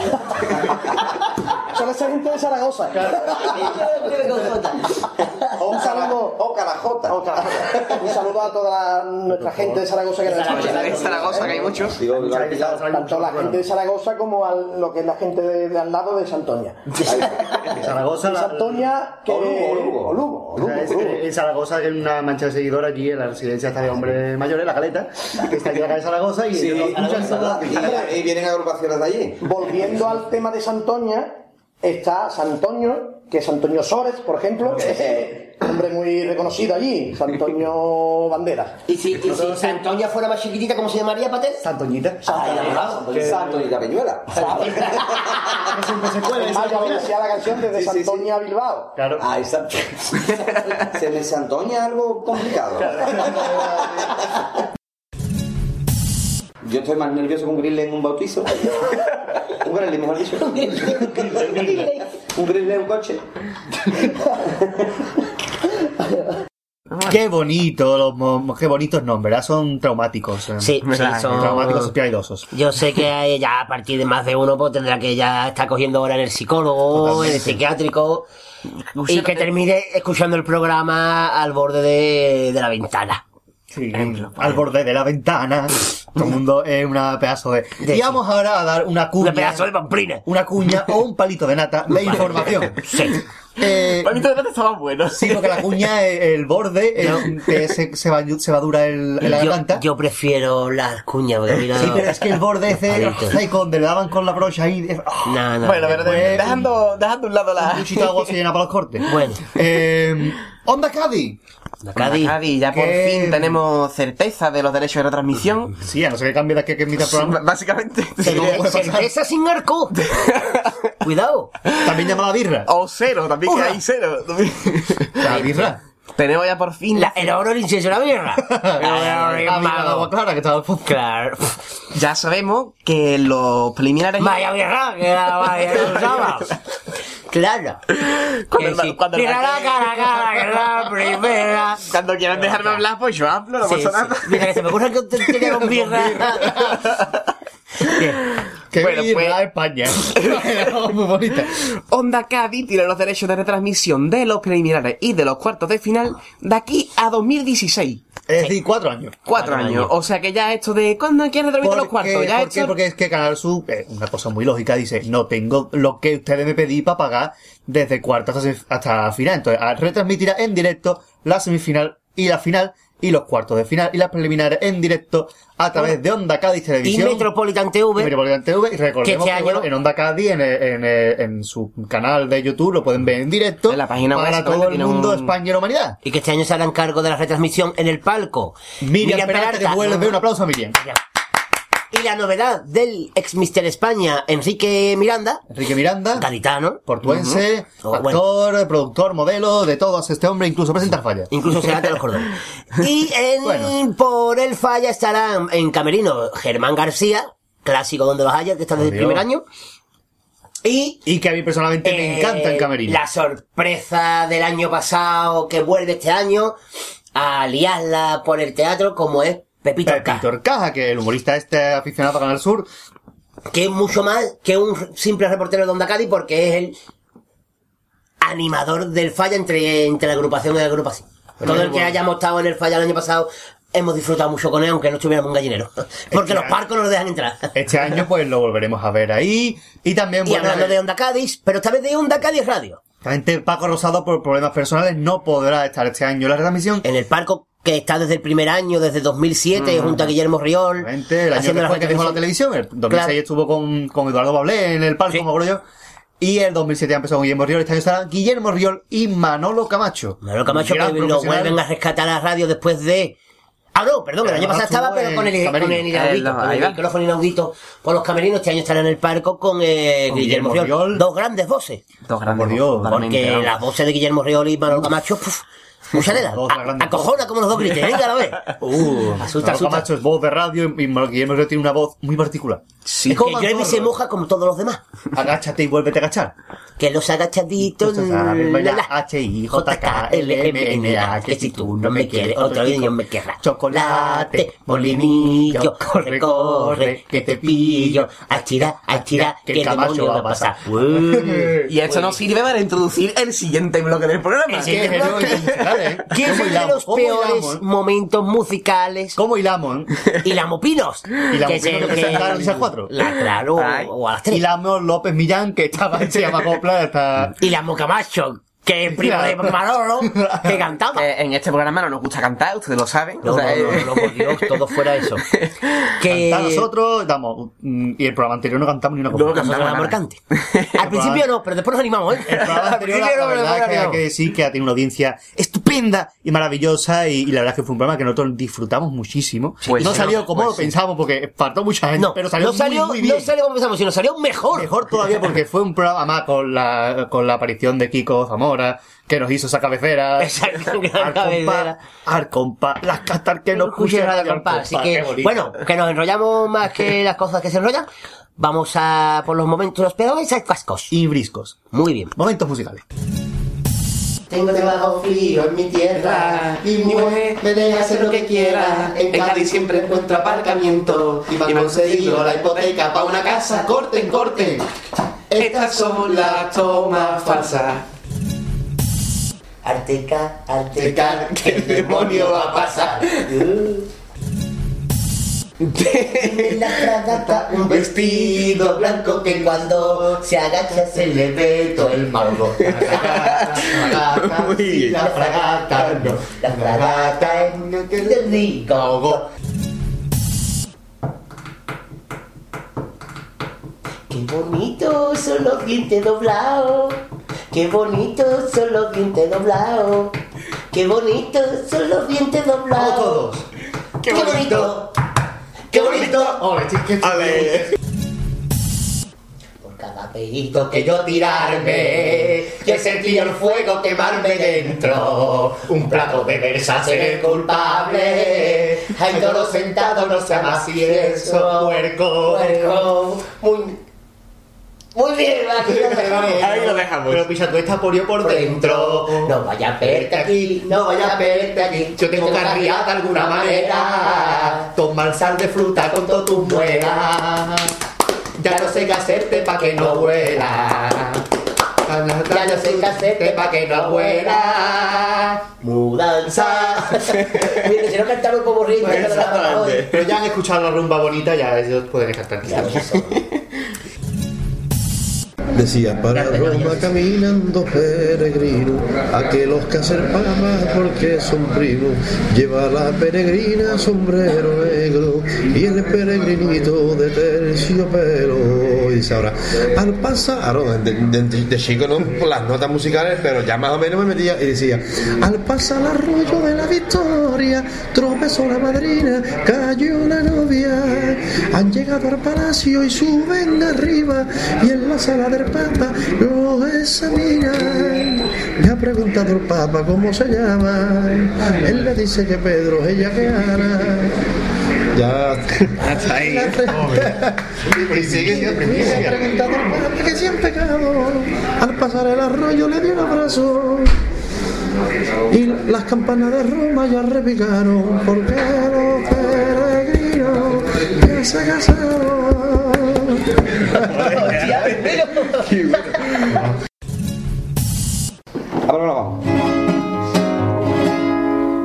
Speaker 5: Son esa gente de Zaragoza.
Speaker 8: Lo escribe con J.
Speaker 9: O
Speaker 5: Un saludo.
Speaker 9: O Carajota.
Speaker 5: Ok. Un saludo a toda nuestra gente de Zaragoza que nos escucha.
Speaker 3: En Zaragoza, que hay muchos.
Speaker 9: Digo, digo, al final-
Speaker 5: Tanto la gente de Zaragoza como al- lo que es la gente de, de al lado de Santoña.
Speaker 12: En Zaragoza, la-
Speaker 5: Santoña que...
Speaker 9: O Lugo, o Lugo.
Speaker 5: O Lugo, o
Speaker 12: O
Speaker 5: Lugo,
Speaker 12: sea, es-
Speaker 5: Lugo.
Speaker 3: Oh.
Speaker 12: en Zaragoza hay una mancha de seguidores allí en la residencia hasta de hombres mayores, la caleta, que está aquí acá de Zaragoza y
Speaker 9: Sí,
Speaker 12: ellos
Speaker 9: y-
Speaker 12: escuchan todo.
Speaker 9: y, y vienen agrupaciones de allí.
Speaker 5: Volviendo al tema de Santoña, está Santoño, que es Antonio Sores, por ejemplo, eh, hombre muy reconocido allí, Santoño Banderas.
Speaker 8: Y si, y si Santoña fuera más chiquitita, ¿cómo se llamaría, Pater?
Speaker 12: Santoñita.
Speaker 8: Ay, enamorado.
Speaker 9: Santo y Capeñuela.
Speaker 5: Además, ya lo decía la canción desde
Speaker 9: Sí, sí, sí.
Speaker 5: Santoña a Bilbao.
Speaker 12: Claro.
Speaker 9: Ah, exacto. Se les antoña algo complicado. Yo estoy más nervioso que un grizzly en un bautizo. Un grizzly, mejor dicho. Un grizzly en un coche.
Speaker 1: Qué bonito, los mo- qué bonitos nombres, ¿verdad? Son traumáticos. eh.
Speaker 3: Sí, sí, son-
Speaker 1: Traumáticos y piadosos.
Speaker 3: Yo sé que hay ya a partir de más de uno pues tendrá que ya estar cogiendo hora en el psicólogo, en el psiquiátrico y que termine escuchando el programa al borde de, de la ventana.
Speaker 1: Sí, al borde de la ventana. Todo el mundo es una pedazo de...
Speaker 3: De-
Speaker 1: Y vamos ahora a dar una cuña...
Speaker 3: Un pedazo de pamplina.
Speaker 1: Una cuña o un palito de nata de información.
Speaker 3: Sí.
Speaker 1: Eh,
Speaker 3: Palito de plata estaban buenos.
Speaker 1: Sí, porque la cuña, eh, el borde, eh, te- se, se va, se va dura el, en la
Speaker 3: yo,
Speaker 1: garganta.
Speaker 3: yo prefiero las cuñas, porque mira.
Speaker 1: Sí, pero es que el borde ese,
Speaker 3: Palito.
Speaker 1: ay, cuando le daban con la brocha ahí, eh, ah,
Speaker 3: No, no. Bueno, dejando.
Speaker 1: un cuchito de agua se llena para los cortes.
Speaker 3: Bueno.
Speaker 1: Eh, Onda Cádiz.
Speaker 3: Cádiz. Cádiz.
Speaker 1: ya por fin
Speaker 3: tenemos certeza de los derechos de retransmisión.
Speaker 1: Sí, a no ser que cambie de aquí a que emita el programa.
Speaker 3: Básicamente.
Speaker 1: ¿Cómo puede pasar?
Speaker 3: Certeza Pues sin arco. Cuidado.
Speaker 1: También llama la birra.
Speaker 3: O cero, también que hay cero.
Speaker 1: La birra.
Speaker 3: Tenemos ya por fin. el oro, el incienso y la birra.
Speaker 1: Eh, La birra de agua clara que estaba al fondo.
Speaker 3: Claro. Ya sabemos que los preliminares. Vaya birra, que la vaya que usaba. Claro. Eh, Cuando, cuando mira la cara, cara, que la primera. Cuando quieran dejarme hablar, pues yo hablo, no pasa nada. Mira, que se me ocurre que usted tiene con birra.
Speaker 1: Que
Speaker 3: Bueno,
Speaker 1: birra
Speaker 3: pues-
Speaker 1: de España. Muy bonita.
Speaker 3: Onda Cádiz tiene los derechos de retransmisión de los preliminares y de los cuartos de final de aquí a 2016.
Speaker 1: Es decir, cuatro años.
Speaker 3: Cuatro años. O sea que ya esto de cuando quieres retransmitir los cuartos, ya
Speaker 1: ¿por qué?
Speaker 3: esto.
Speaker 1: Porque es que Canal Sur, eh, una cosa muy lógica, dice, no tengo lo que ustedes me pedí para pagar desde cuartas hasta, hasta final. Entonces, ah, retransmitirá en directo la semifinal y la final y los cuartos de final y las preliminares en directo a través de Onda Cádiz
Speaker 3: Y
Speaker 1: Televisión.
Speaker 3: Metropolitan
Speaker 1: y
Speaker 3: TV.
Speaker 1: Metropolitan TV, y recordemos
Speaker 3: Que
Speaker 1: que,
Speaker 3: este
Speaker 1: bueno,
Speaker 3: año-
Speaker 1: en Onda Cádiz, en, eh, en, eh, en su canal de YouTube, lo pueden ver en directo
Speaker 3: En la página web,
Speaker 1: para todo el
Speaker 3: tiene un-
Speaker 1: mundo, España y la humanidad.
Speaker 3: Y que este año se harán cargo de la retransmisión en el palco.
Speaker 1: Miriam, Peralta, que vuelve, un aplauso a Miriam.
Speaker 3: Y la novedad del ex Mister España, Enrique Miranda,
Speaker 1: Enrique Miranda.
Speaker 3: gaditano,
Speaker 1: portuense,
Speaker 3: Ujú. Oh, bueno.
Speaker 1: actor, productor, modelo, de todo hace este hombre, incluso presentar fallas.
Speaker 3: incluso se ata los cordones. Y en-
Speaker 1: Bueno.
Speaker 3: por el falla estarán en Camerino Germán García, clásico donde los haya, que está desde el
Speaker 1: Dios.
Speaker 3: primer año. Y
Speaker 1: Y que a mí personalmente me
Speaker 3: Eh,
Speaker 1: encanta en Camerino.
Speaker 3: La sorpresa del año pasado que vuelve este año a liarla por el teatro como es Pepito Orcaz,
Speaker 1: Pepito Orcaja, que el humorista este aficionado a Canal Sur,
Speaker 3: que es mucho más que un simple reportero de Onda Cádiz porque es el animador del falla entre, entre la agrupación y la agrupación. Todo el que hayamos estado en el falla el año pasado hemos disfrutado mucho con él aunque no estuviéramos un gallinero. Porque los parcos no nos dejan entrar.
Speaker 1: este año pues lo volveremos a ver ahí. Y también,
Speaker 3: Y
Speaker 1: bueno,
Speaker 3: hablando de Onda Cádiz, pero esta vez de Onda Cádiz Radio.
Speaker 1: realmente Paco Rosado por problemas personales no podrá estar este año en la retransmisión.
Speaker 3: en el palco que está desde el primer año, desde 2007, junto a Guillermo Riol.
Speaker 1: Realmente, Mm. el año
Speaker 3: haciendo
Speaker 1: después
Speaker 3: las
Speaker 1: que dejó la
Speaker 3: retransmisiones.
Speaker 1: televisión, el 2006
Speaker 3: Claro.
Speaker 1: estuvo con, con Eduardo Bablé en el palco,
Speaker 3: Sí.
Speaker 1: me acuerdo yo. Y el 2007 ya empezó con Guillermo Riol, este año estarán Guillermo Riol y Manolo Camacho.
Speaker 3: Manolo Camacho
Speaker 1: Gran
Speaker 3: que lo
Speaker 1: profesional.
Speaker 3: vuelven a rescatar a la radio después de... Ah, no, perdón, el
Speaker 1: Pero
Speaker 3: año pasado
Speaker 1: estuvo
Speaker 3: estaba pero
Speaker 1: en
Speaker 3: con el,
Speaker 1: Camerino.
Speaker 3: con el inaudito,
Speaker 13: Eh, no,
Speaker 3: con
Speaker 13: ahí
Speaker 3: el
Speaker 13: va.
Speaker 3: micrófono inaudito por los camerinos. Este año estará en el palco con, eh,
Speaker 1: Con
Speaker 3: Guillermo,
Speaker 1: Guillermo
Speaker 3: Riol.
Speaker 1: Riol. Oh,
Speaker 3: Dos grandes voces.
Speaker 13: Dos grandes
Speaker 1: Por Dios,
Speaker 13: voces,
Speaker 3: Porque
Speaker 13: totalmente, vamos.
Speaker 3: las voces de Guillermo Riol y Manolo Camacho... puf, Musarela.
Speaker 1: Voz la grande.
Speaker 3: Acojona como los dos griten, venga a la vez. Uh, asusta,
Speaker 1: Manolo
Speaker 3: asusta.
Speaker 1: Camacho es voz de radio y Mar- Guillermo Herrero tiene una voz muy particular.
Speaker 3: Sí, que
Speaker 1: como
Speaker 3: llueve y se
Speaker 1: Manolo.
Speaker 3: moja como todos los demás.
Speaker 1: Agáchate y vuélvete a agachar.
Speaker 3: Que los mm, agachaditos.
Speaker 1: Ah,
Speaker 3: H-I-J-K-L-M-N-A. Que si tú no me quieres, otro niño me querrá.
Speaker 1: Chocolate,
Speaker 3: molinillo, corre, corre, que te pillo. Achira, achira, que el
Speaker 1: caballo
Speaker 3: demonio va a pasar. Uy.
Speaker 2: Y esto nos sirve para introducir el siguiente bloque del programa.
Speaker 3: Sí, es verdad. ¿Quién
Speaker 1: ¿Cómo
Speaker 3: fue de
Speaker 1: hilamos?
Speaker 3: los
Speaker 1: ¿Cómo
Speaker 3: peores
Speaker 1: hilamos?
Speaker 3: momentos musicales?
Speaker 1: ¿Cómo hilamos? eh?
Speaker 3: Y la Mopinos.
Speaker 1: Y la Mopinos que se dejaron esas cuatro.
Speaker 3: La claro,
Speaker 2: Ay.
Speaker 3: o, o a las tres.
Speaker 1: Hilamos López Millán, que estaba en Chema Copla, está...
Speaker 3: Y la Mocamacho, que es primo de Manolo, que cantaba.
Speaker 2: Eh, en este programa no nos gusta cantar, ustedes lo saben.
Speaker 3: No,
Speaker 2: O sea,
Speaker 3: no, no,
Speaker 2: eh,
Speaker 3: no, por Dios, todo fuera eso. Que
Speaker 1: Está nosotros, damos... mm, Y el programa anterior no cantamos ni una cosa.
Speaker 2: No
Speaker 3: nosotros
Speaker 2: cantamos
Speaker 3: éramos
Speaker 2: nada.
Speaker 3: mercantes. Al principio no, pero después nos animamos, ¿eh?
Speaker 1: El programa anterior, la,
Speaker 3: Al
Speaker 1: la
Speaker 3: principio no, pero
Speaker 1: verdad es
Speaker 3: después
Speaker 1: que hay
Speaker 3: nos
Speaker 1: que decir que ha tenido una audiencia estupenda y maravillosa y, y la verdad es que fue un programa que nosotros disfrutamos muchísimo.
Speaker 2: Pues
Speaker 1: no
Speaker 2: sí,
Speaker 1: salió
Speaker 2: no,
Speaker 1: como
Speaker 2: pues
Speaker 1: lo
Speaker 2: sí.
Speaker 1: pensábamos porque faltó mucha gente,
Speaker 3: No,
Speaker 1: pero salió,
Speaker 3: no salió,
Speaker 1: muy, muy bien.
Speaker 3: no salió como pensamos, sino salió mejor.
Speaker 1: Mejor todavía porque fue un programa más con la, con la aparición de Kiko Zamora, que nos hizo esa cabecera.
Speaker 3: Exacto, que
Speaker 1: Al
Speaker 3: la
Speaker 1: compás,
Speaker 3: cabecera.
Speaker 1: al compás, las cantar que no
Speaker 3: no escuché
Speaker 1: escuchan
Speaker 3: nada
Speaker 1: al
Speaker 3: de compás. Así que,
Speaker 1: qué bonito.
Speaker 3: bueno, que nos enrollamos más que las cosas que se enrollan. Vamos a por los momentos los peores y cascos.
Speaker 1: Y briscos.
Speaker 3: Muy bien.
Speaker 1: Momentos musicales.
Speaker 14: Tengo trabajo frío en mi tierra y mi mujer me deja hacer lo que quiera. En Cádiz siempre encuentro aparcamiento y me han concedido la hipoteca para una casa. Corten, corten. Estas son las tomas falsas.
Speaker 3: Arteca,
Speaker 14: Tecar, que el demonio va a pasar. Uh. En la fragata un vestido blanco que cuando se agacha se le ve todo el mango.
Speaker 2: Muy bien.
Speaker 14: La fragata, no, la fragata es lo que le digo. go. Qué bonitos son los dientes doblados. Qué bonitos son los dientes doblados. Qué bonitos son los dientes doblados. todos. Qué bonito. Qué bonito.
Speaker 1: Ole, sí, que-
Speaker 14: Por cada pedito que yo tirarme, yo he sentido el fuego quemarme dentro. Un plato de versa ser el culpable. Ay, toro sentado no se ama así eso. Puerco, puerco. Muy, muy bien,
Speaker 2: Ahí lo dejamos.
Speaker 1: Pero pisa, tú estás por yo por
Speaker 14: por dentro. No vaya a verte aquí, no vaya a verte aquí.
Speaker 1: Yo tengo carriada de alguna manera. Tomar sal de fruta con todo tu muela.
Speaker 14: Ya no sé qué hacerte pa' que no vuela. Ya no sé qué hacerte pa' que no vuela. Mudanza. Mire, si no cantaron como ritmo, ya no la hago hoy.
Speaker 1: Pero Pues ya han escuchado la rumba bonita, ya ellos pueden estar tranquilos.
Speaker 14: pues,
Speaker 6: Decía para Roma caminando peregrino, aquellos que hacer más porque son primos. Lleva la peregrina sombrero negro y el peregrinito de terciopelo. Y ahora, al pasar, ahora, de, de- de chico no por las notas musicales, pero ya más o menos me metía y decía, al pasar el arroyo de la victoria, tropezó la madrina, cayó la novia, han llegado al palacio y suben arriba y en la sala del papa lo examinan. Me ha preguntado el papa cómo se llama, él le dice que Pedro es ella que Ana. Ya. Hasta ahí.
Speaker 1: Y sigue siempre,
Speaker 6: Me
Speaker 1: y
Speaker 6: ha
Speaker 1: sigue.
Speaker 6: preguntado el papa que si han pecado. Al pasar el arroyo le di un abrazo. Y las campanas de Roma ya repicaron porque los peregrinos ya se casaron.
Speaker 9: Ahora lo vamos.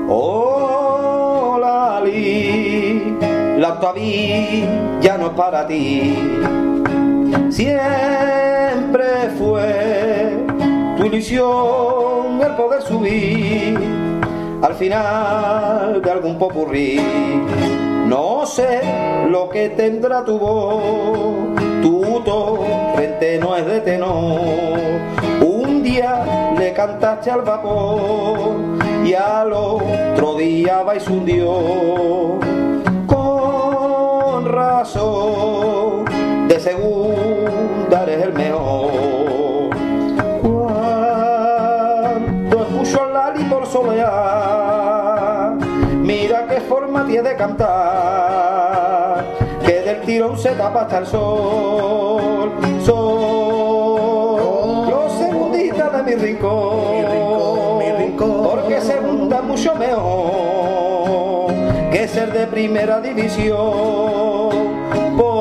Speaker 9: Oh, Lali, la octavilla ya no es para ti. Siempre fue tu ilusión el poder subir al final de algún popurrí. No sé lo que tendrá tu voz, tu torrente no es de tenor. Un día le cantaste al vapor y al otro día vais un con razón, de segunda eres el mejor. Cuando escucho al Lali por solear, gloria de cantar, que del tirón se tapa hasta el sol. Sol, yo segundita de mi rincón, mi rincón, mi rincón, porque segunda es mucho mejor que ser de primera división. Por,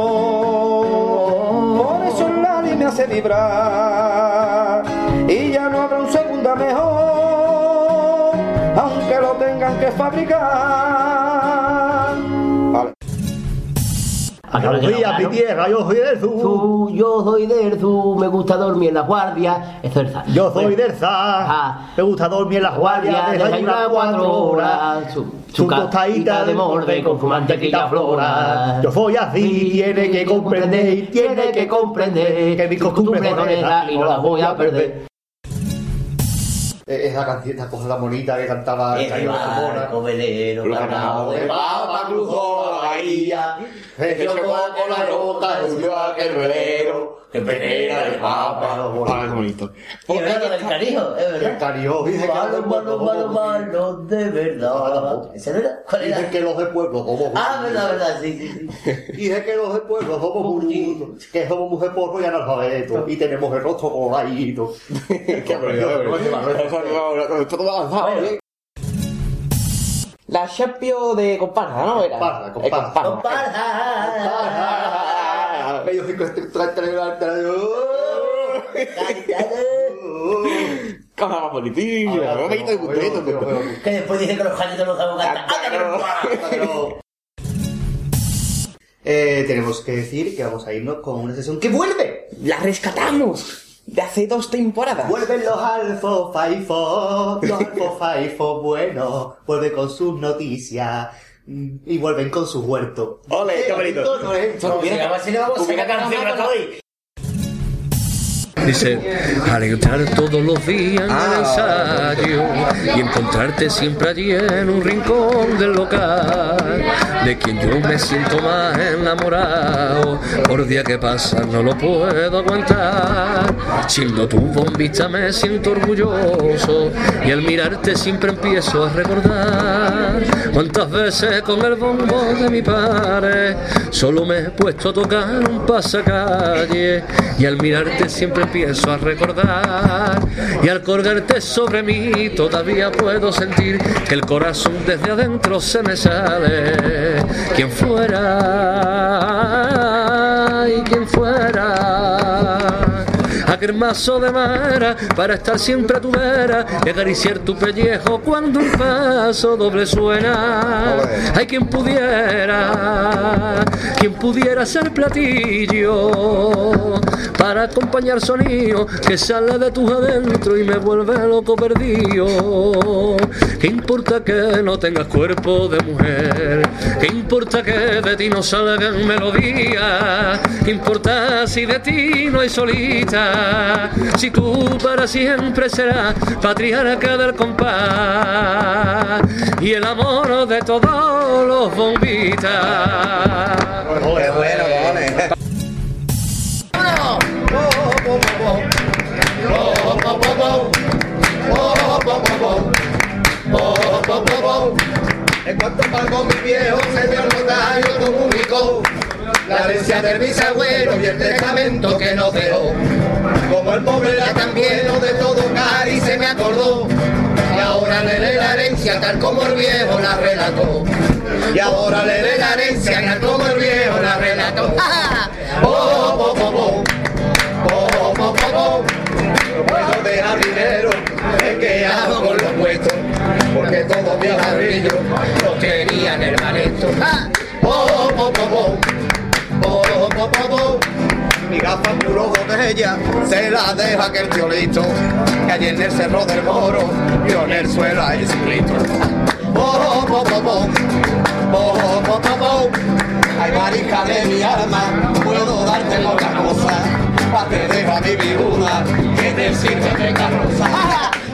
Speaker 9: por eso el Lali me hace vibrar y ya no habrá un segunda mejor, aunque lo tengan que fabricar.
Speaker 1: Buenos días, mi tierra, yo soy del sur.
Speaker 8: Tú, yo soy del sur, me gusta dormir en la guardia. Eso es
Speaker 1: Yo soy del SA. Me gusta dormir en las guardias, desayunar cuatro horas.
Speaker 8: Su,
Speaker 1: Su
Speaker 8: ca-
Speaker 1: tostadita de morde con su mantequilla flora. Yo soy así, tiene que comprender, tiene que comprender que mis costumbres son esas y no las voy a perder.
Speaker 12: Eh, Esa canción, esa cosa la bonita que cantaba Cayo Zamora.
Speaker 5: velero,
Speaker 12: Lo
Speaker 5: cargado de papa cruzó la bahía, yo con la roca subió aquel velero, que venera de papa.
Speaker 12: Ah, es bonito.
Speaker 5: Es verdad, del carijo, es verdad.
Speaker 12: Carijo, dice que los
Speaker 5: Malo,
Speaker 12: del
Speaker 5: malo,
Speaker 12: pueblo
Speaker 5: malo,
Speaker 12: como-
Speaker 5: malo, de verdad. ¿Ese no era? ¿Cuál
Speaker 12: Dicen
Speaker 5: era?
Speaker 12: que los del pueblo como
Speaker 5: Ah, verdad, verdad, sí, sí, sí.
Speaker 12: Dicen que los del pueblo somos burundos, que somos mujer porro y analfabetos, y tenemos el rostro coloradito. Qué
Speaker 3: La Champions de comparsa, ¿no? Era?
Speaker 12: Comparsa,
Speaker 3: Eh,
Speaker 12: comparsa. Medio cinco
Speaker 3: Cosa
Speaker 12: Ah,
Speaker 3: más bonitísima, más bonita y contento, contento.
Speaker 5: Que después dice que los jatos no sabemos cantar. ¡Anda, que no!
Speaker 1: Eh, tenemos que decir que vamos a irnos con una sesión que vuelve.
Speaker 3: ¡La rescatamos! De hace dos temporadas.
Speaker 1: Vuelven los alfos faifos, los alfos faifos buenos, vuelven con sus noticias mm, y vuelven con sus huertos. Eh,
Speaker 3: ¡Ole, qué bonito!
Speaker 6: Dice, al entrar todos los días en el ensayo y encontrarte siempre allí en un rincón del local, de quien yo me siento más enamorado, por día que pasa no lo puedo aguantar. Siendo tu bombista me siento orgulloso y al mirarte siempre empiezo a recordar cuántas veces con el bombo de mi padre solo me he puesto a tocar un pasacalle y al mirarte siempre pienso a recordar y al colgarte sobre mí todavía puedo sentir que el corazón desde adentro se me sale quien fuera y quien fuera aquel mazo de madera para estar siempre a tu vera y acariciar tu pellejo cuando un paso doble suena. Hay quien pudiera, quien pudiera ser platillo para acompañar sonido que sale de tus adentro y me vuelve loco perdido. ¿Qué importa que no tengas cuerpo de mujer? ¿Qué importa que de ti no salgan melodías? ¿Qué importa si de ti no hay solita? Si tú para siempre serás patriarca del compás y el amor de todos los bombitas.
Speaker 15: En cuanto embargo mi viejo se dio notario comunicó la herencia de mis abuelos y el testamento que nos dejó. Como el pobre era también lo de todo cari se me acordó. Y ahora le leeré la herencia tal como el viejo la relató. Y ahora le leeré la herencia tal como el viejo la relató. Oh, oh, oh, oh. Oh, oh, oh, oh, oh. No puedo dejar dinero, es que hago con los puestos, porque todos mis barrillos los tenían el maneto. Oh, oh, oh, oh, oh, oh, oh, oh, oh, oh. Mi gafa puro botella, se la deja aquel tiolito, que allí en el cerro del moro, yo en el suelo hay escrito. Oh, oh, oh, oh, oh, oh, oh, oh, oh. Ay, marica de mi alma, puedo darte poca cosa pa' te dejo a mi viuda que te sirve de carroza.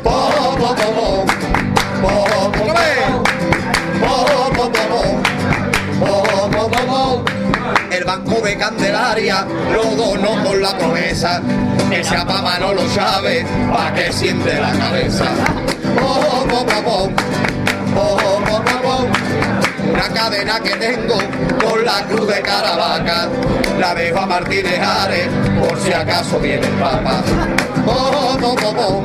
Speaker 15: Po, po, po, po, po, po, po, po, po, po, po, po, po, po, po. El banco de Candelaria lo donó con la promesa que se apama no lo sabe pa' que siente la cabeza. Po, po, po, po, po, po, po, po, po.
Speaker 6: una cadena que tengo con la cruz de Caravaca. La dejo a Martínez Ares por si acaso viene el Papa. Oh, oh, oh, oh,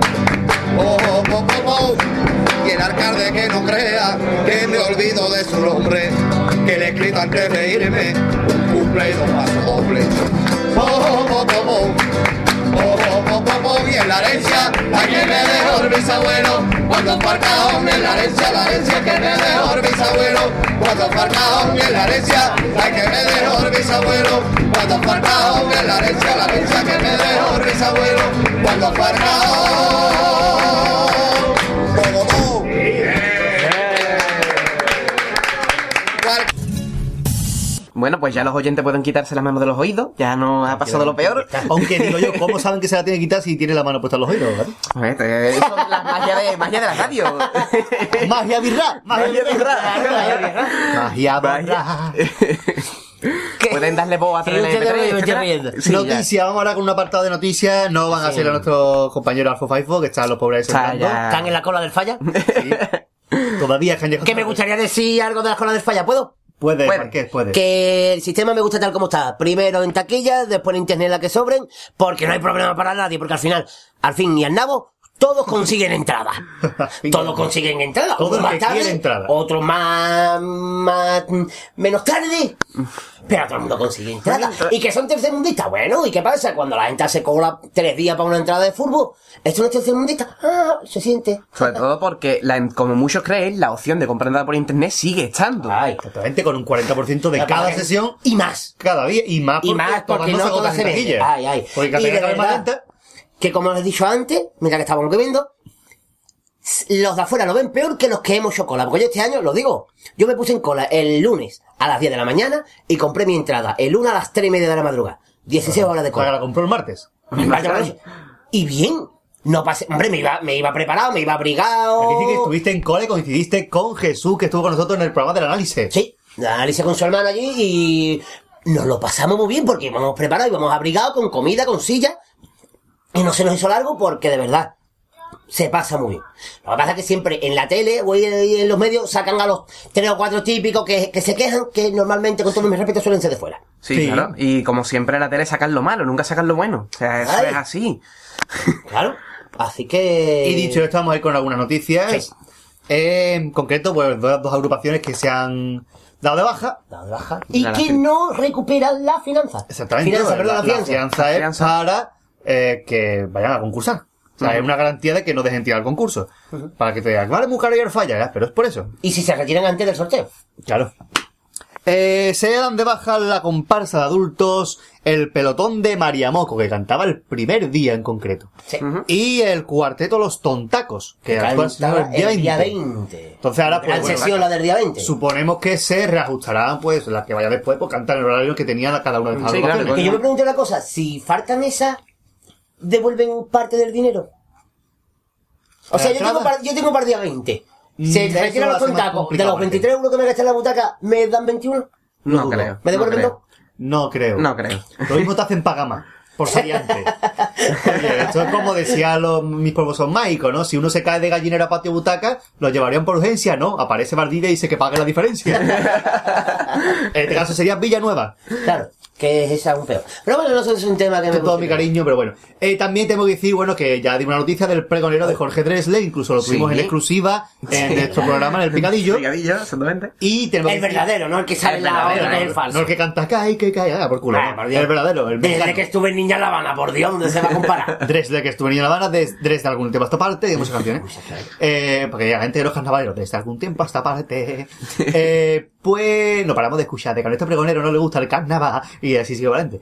Speaker 6: oh, oh, oh, oh, oh. Y el alcalde que no crea que me olvido de su nombre, que le he escrito antes de irme un cumple y dos pasos dobles. Oh, oh, oh, oh, oh. Oh, oh, oh, oh, oh, y en la herencia, la que me dejó el bisabuelo, cuando aparcaón en la herencia, la herencia que me dejó el bisabuelo, cuando aparcaón en la herencia, la que me dejó el bisabuelo, cuando aparcaón en la herencia, la herencia que me dejó el bisabuelo, cuando aparcaón. Como tú.
Speaker 2: Bueno, pues ya los oyentes pueden quitarse las manos de los oídos, ya no ha pasado lo peor.
Speaker 1: Aunque digo yo, ¿cómo saben que se la tiene que quitar si tiene la mano puesta en los oídos? ¿vale?
Speaker 2: Pues, eh, eso es la magia de, magia de la radio.
Speaker 1: Magia birra, magia birra, magia birra.
Speaker 2: Pueden darle voz a través de MP3, etcétera. Sí, ya.
Speaker 1: Noticias, vamos ahora con un apartado de noticias. No van a ser a nuestros compañeros Alfo Faifo, que están los pobres
Speaker 2: Está ya.
Speaker 1: sentando.
Speaker 3: ¿Están en la cola del falla?
Speaker 1: Todavía es
Speaker 3: Que me gustaría decir algo de la cola del falla, ¿puedo?
Speaker 1: Puede,
Speaker 2: Puede.
Speaker 1: Marqués, puede.
Speaker 3: Que el sistema me gusta tal como está. Primero en taquilla, después en internet la que sobren, porque no hay problema para nadie, porque al final, al fin y al nabo, todos consiguen entrada. todos consiguen entrada.
Speaker 1: Todo
Speaker 3: Otros
Speaker 1: el
Speaker 3: más
Speaker 1: que
Speaker 3: tarde,
Speaker 1: quiere entrada.
Speaker 3: otros más, más, menos tarde. Pero todo el mundo consigue entrada. Y que son tercermundistas. Bueno, ¿y qué pasa? Cuando la gente se cola tres días para una entrada de fútbol, esto no es tercermundista. Ah, se siente.
Speaker 2: Sobre todo porque, la, como muchos creen, la opción de comprar nada por internet sigue estando.
Speaker 3: Ay,
Speaker 1: Exactamente, con un 40% de
Speaker 3: La
Speaker 1: cada
Speaker 3: pagué.
Speaker 1: sesión,
Speaker 3: y más.
Speaker 1: cada día, y más
Speaker 3: y más porque no
Speaker 1: se
Speaker 3: todas
Speaker 1: agotan
Speaker 3: se
Speaker 1: en
Speaker 3: venden.
Speaker 1: taquilla.
Speaker 3: Ay, ay.
Speaker 1: Porque
Speaker 3: y
Speaker 1: cada
Speaker 3: de
Speaker 1: vez que hay más
Speaker 3: verdad,
Speaker 1: gente,
Speaker 3: que como os he dicho antes, mientras que estábamos bebiendo, s- los de afuera lo ven peor que los que hemos hecho cola. Porque yo este año, lo digo, yo me puse en cola el lunes a las 10 de la mañana y compré mi entrada el lunes a las 3 y media de la madrugada. 16 horas de
Speaker 1: Porque
Speaker 3: cola.
Speaker 1: la compró el martes.
Speaker 3: Vaya, vaya. Y bien. No pasé, hombre, me iba, me iba preparado, me iba abrigado.
Speaker 1: Aquí dice que estuviste en cole, coincidiste con Jesús, que estuvo con nosotros en el programa del análisis.
Speaker 3: Sí, Alicia con su hermana allí y nos lo pasamos muy bien porque íbamos preparados, íbamos abrigados con comida, con silla y no se nos hizo largo porque de verdad se pasa muy bien. Lo que pasa es que siempre en la tele o ahí en los medios sacan a los tres o cuatro típicos que, que se quejan que normalmente con todo mi respeto suelen ser de fuera.
Speaker 2: Sí,
Speaker 1: Sí.
Speaker 2: claro. Y como siempre en la tele sacan lo malo, nunca sacan lo bueno. O sea, eso
Speaker 3: Ay.
Speaker 2: es así.
Speaker 3: Claro. Así que...
Speaker 1: Y dicho esto, vamos a ir con algunas noticias.
Speaker 3: Sí.
Speaker 1: Eh, en concreto, pues dos, dos agrupaciones que se han dado de baja.
Speaker 3: La baja. Y
Speaker 2: Nada,
Speaker 3: que
Speaker 2: sí.
Speaker 3: no recuperan la finanza.
Speaker 1: Exactamente.
Speaker 3: Finanza,
Speaker 1: la-
Speaker 3: perdón, la,
Speaker 1: la
Speaker 3: fianza.
Speaker 1: fianza es
Speaker 2: Fianza.
Speaker 1: para eh, que vayan a concursar. O sea,
Speaker 2: Ujú.
Speaker 1: es una garantía de que no dejen tirar el concurso. Para que te digan, vale, muy caro y el falla, ya, pero es por eso.
Speaker 3: Y si se retiran antes del sorteo.
Speaker 1: Claro. Eh, se dan de baja la comparsa de adultos, el pelotón de Mariamoco, que cantaba el primer día en concreto.
Speaker 3: Sí.
Speaker 1: Y el cuarteto Los Tontacos, que actúa
Speaker 3: Cantaba
Speaker 1: el día 20.
Speaker 3: 20.
Speaker 1: Entonces ahora, pues,
Speaker 3: Gran
Speaker 1: bueno,
Speaker 3: sesión la del día 20.
Speaker 1: suponemos que se reajustarán, pues, las que vaya después, pues cantar el horario que tenía la- cada una de estas
Speaker 2: Sí, claro,
Speaker 1: agrupaciones.
Speaker 3: Que yo me pregunto una cosa, si faltan esas, ¿devuelven parte del dinero? O sea, yo
Speaker 1: ¿La
Speaker 3: tengo,
Speaker 1: entrada?
Speaker 3: par- yo tengo para el día 20.
Speaker 1: Mm,
Speaker 3: Se
Speaker 1: eso
Speaker 3: retiran
Speaker 1: lo
Speaker 3: los
Speaker 1: hace más
Speaker 3: contacos. De
Speaker 1: complicado,
Speaker 3: los
Speaker 1: Martín.
Speaker 3: 23 euros que me gasté en la butaca, ¿me dan 21?
Speaker 2: No,
Speaker 1: dudo.
Speaker 2: creo.
Speaker 3: ¿Me
Speaker 2: no
Speaker 3: devuelven
Speaker 2: creo.
Speaker 3: dos?
Speaker 1: No creo.
Speaker 2: No creo.
Speaker 1: Lo mismo te hacen pagar más. Por variante. Oye, esto es como decía los, mis profesores mágicos, ¿no? Si uno se cae de gallinera a patio butaca, lo llevarían por urgencia, ¿no? Aparece Bardilla y dice que pague la diferencia. en este caso sería Villanueva.
Speaker 3: Claro, que es esa un peor. Pero bueno, no sé, es un tema que me
Speaker 1: Con todo mi
Speaker 3: guste.
Speaker 1: cariño, pero bueno. Eh, también tengo que decir, bueno, que ya di una noticia del pregonero de Jorge Dresler, incluso lo tuvimos
Speaker 2: Sí.
Speaker 1: en exclusiva en nuestro programa, en El Picadillo.
Speaker 2: Picadillo, exactamente.
Speaker 1: Y tenemos que
Speaker 3: El
Speaker 1: decir-
Speaker 3: verdadero, no el que sale en la
Speaker 1: verdadero,
Speaker 3: hora, no
Speaker 1: no,
Speaker 3: el falso.
Speaker 1: No el que canta cae, que cae, ah, por culo.
Speaker 3: Ah,
Speaker 1: no.
Speaker 3: por Dios.
Speaker 1: el verdadero, el
Speaker 3: Desde
Speaker 1: mexicano.
Speaker 3: que estuve en Niña La Habana, por Dios, ¿dónde se va a comparar?
Speaker 1: Dresde que estuve en La Habana, des- desde algún tiempo hasta parte, de muchas canciones.
Speaker 3: Pues
Speaker 1: Eh, porque la gente de los carnavaleros, desde algún tiempo hasta parte. Eh, pues no paramos de escuchar, de que a nuestro pregonero no le gusta el carnaval, y así sigue adelante.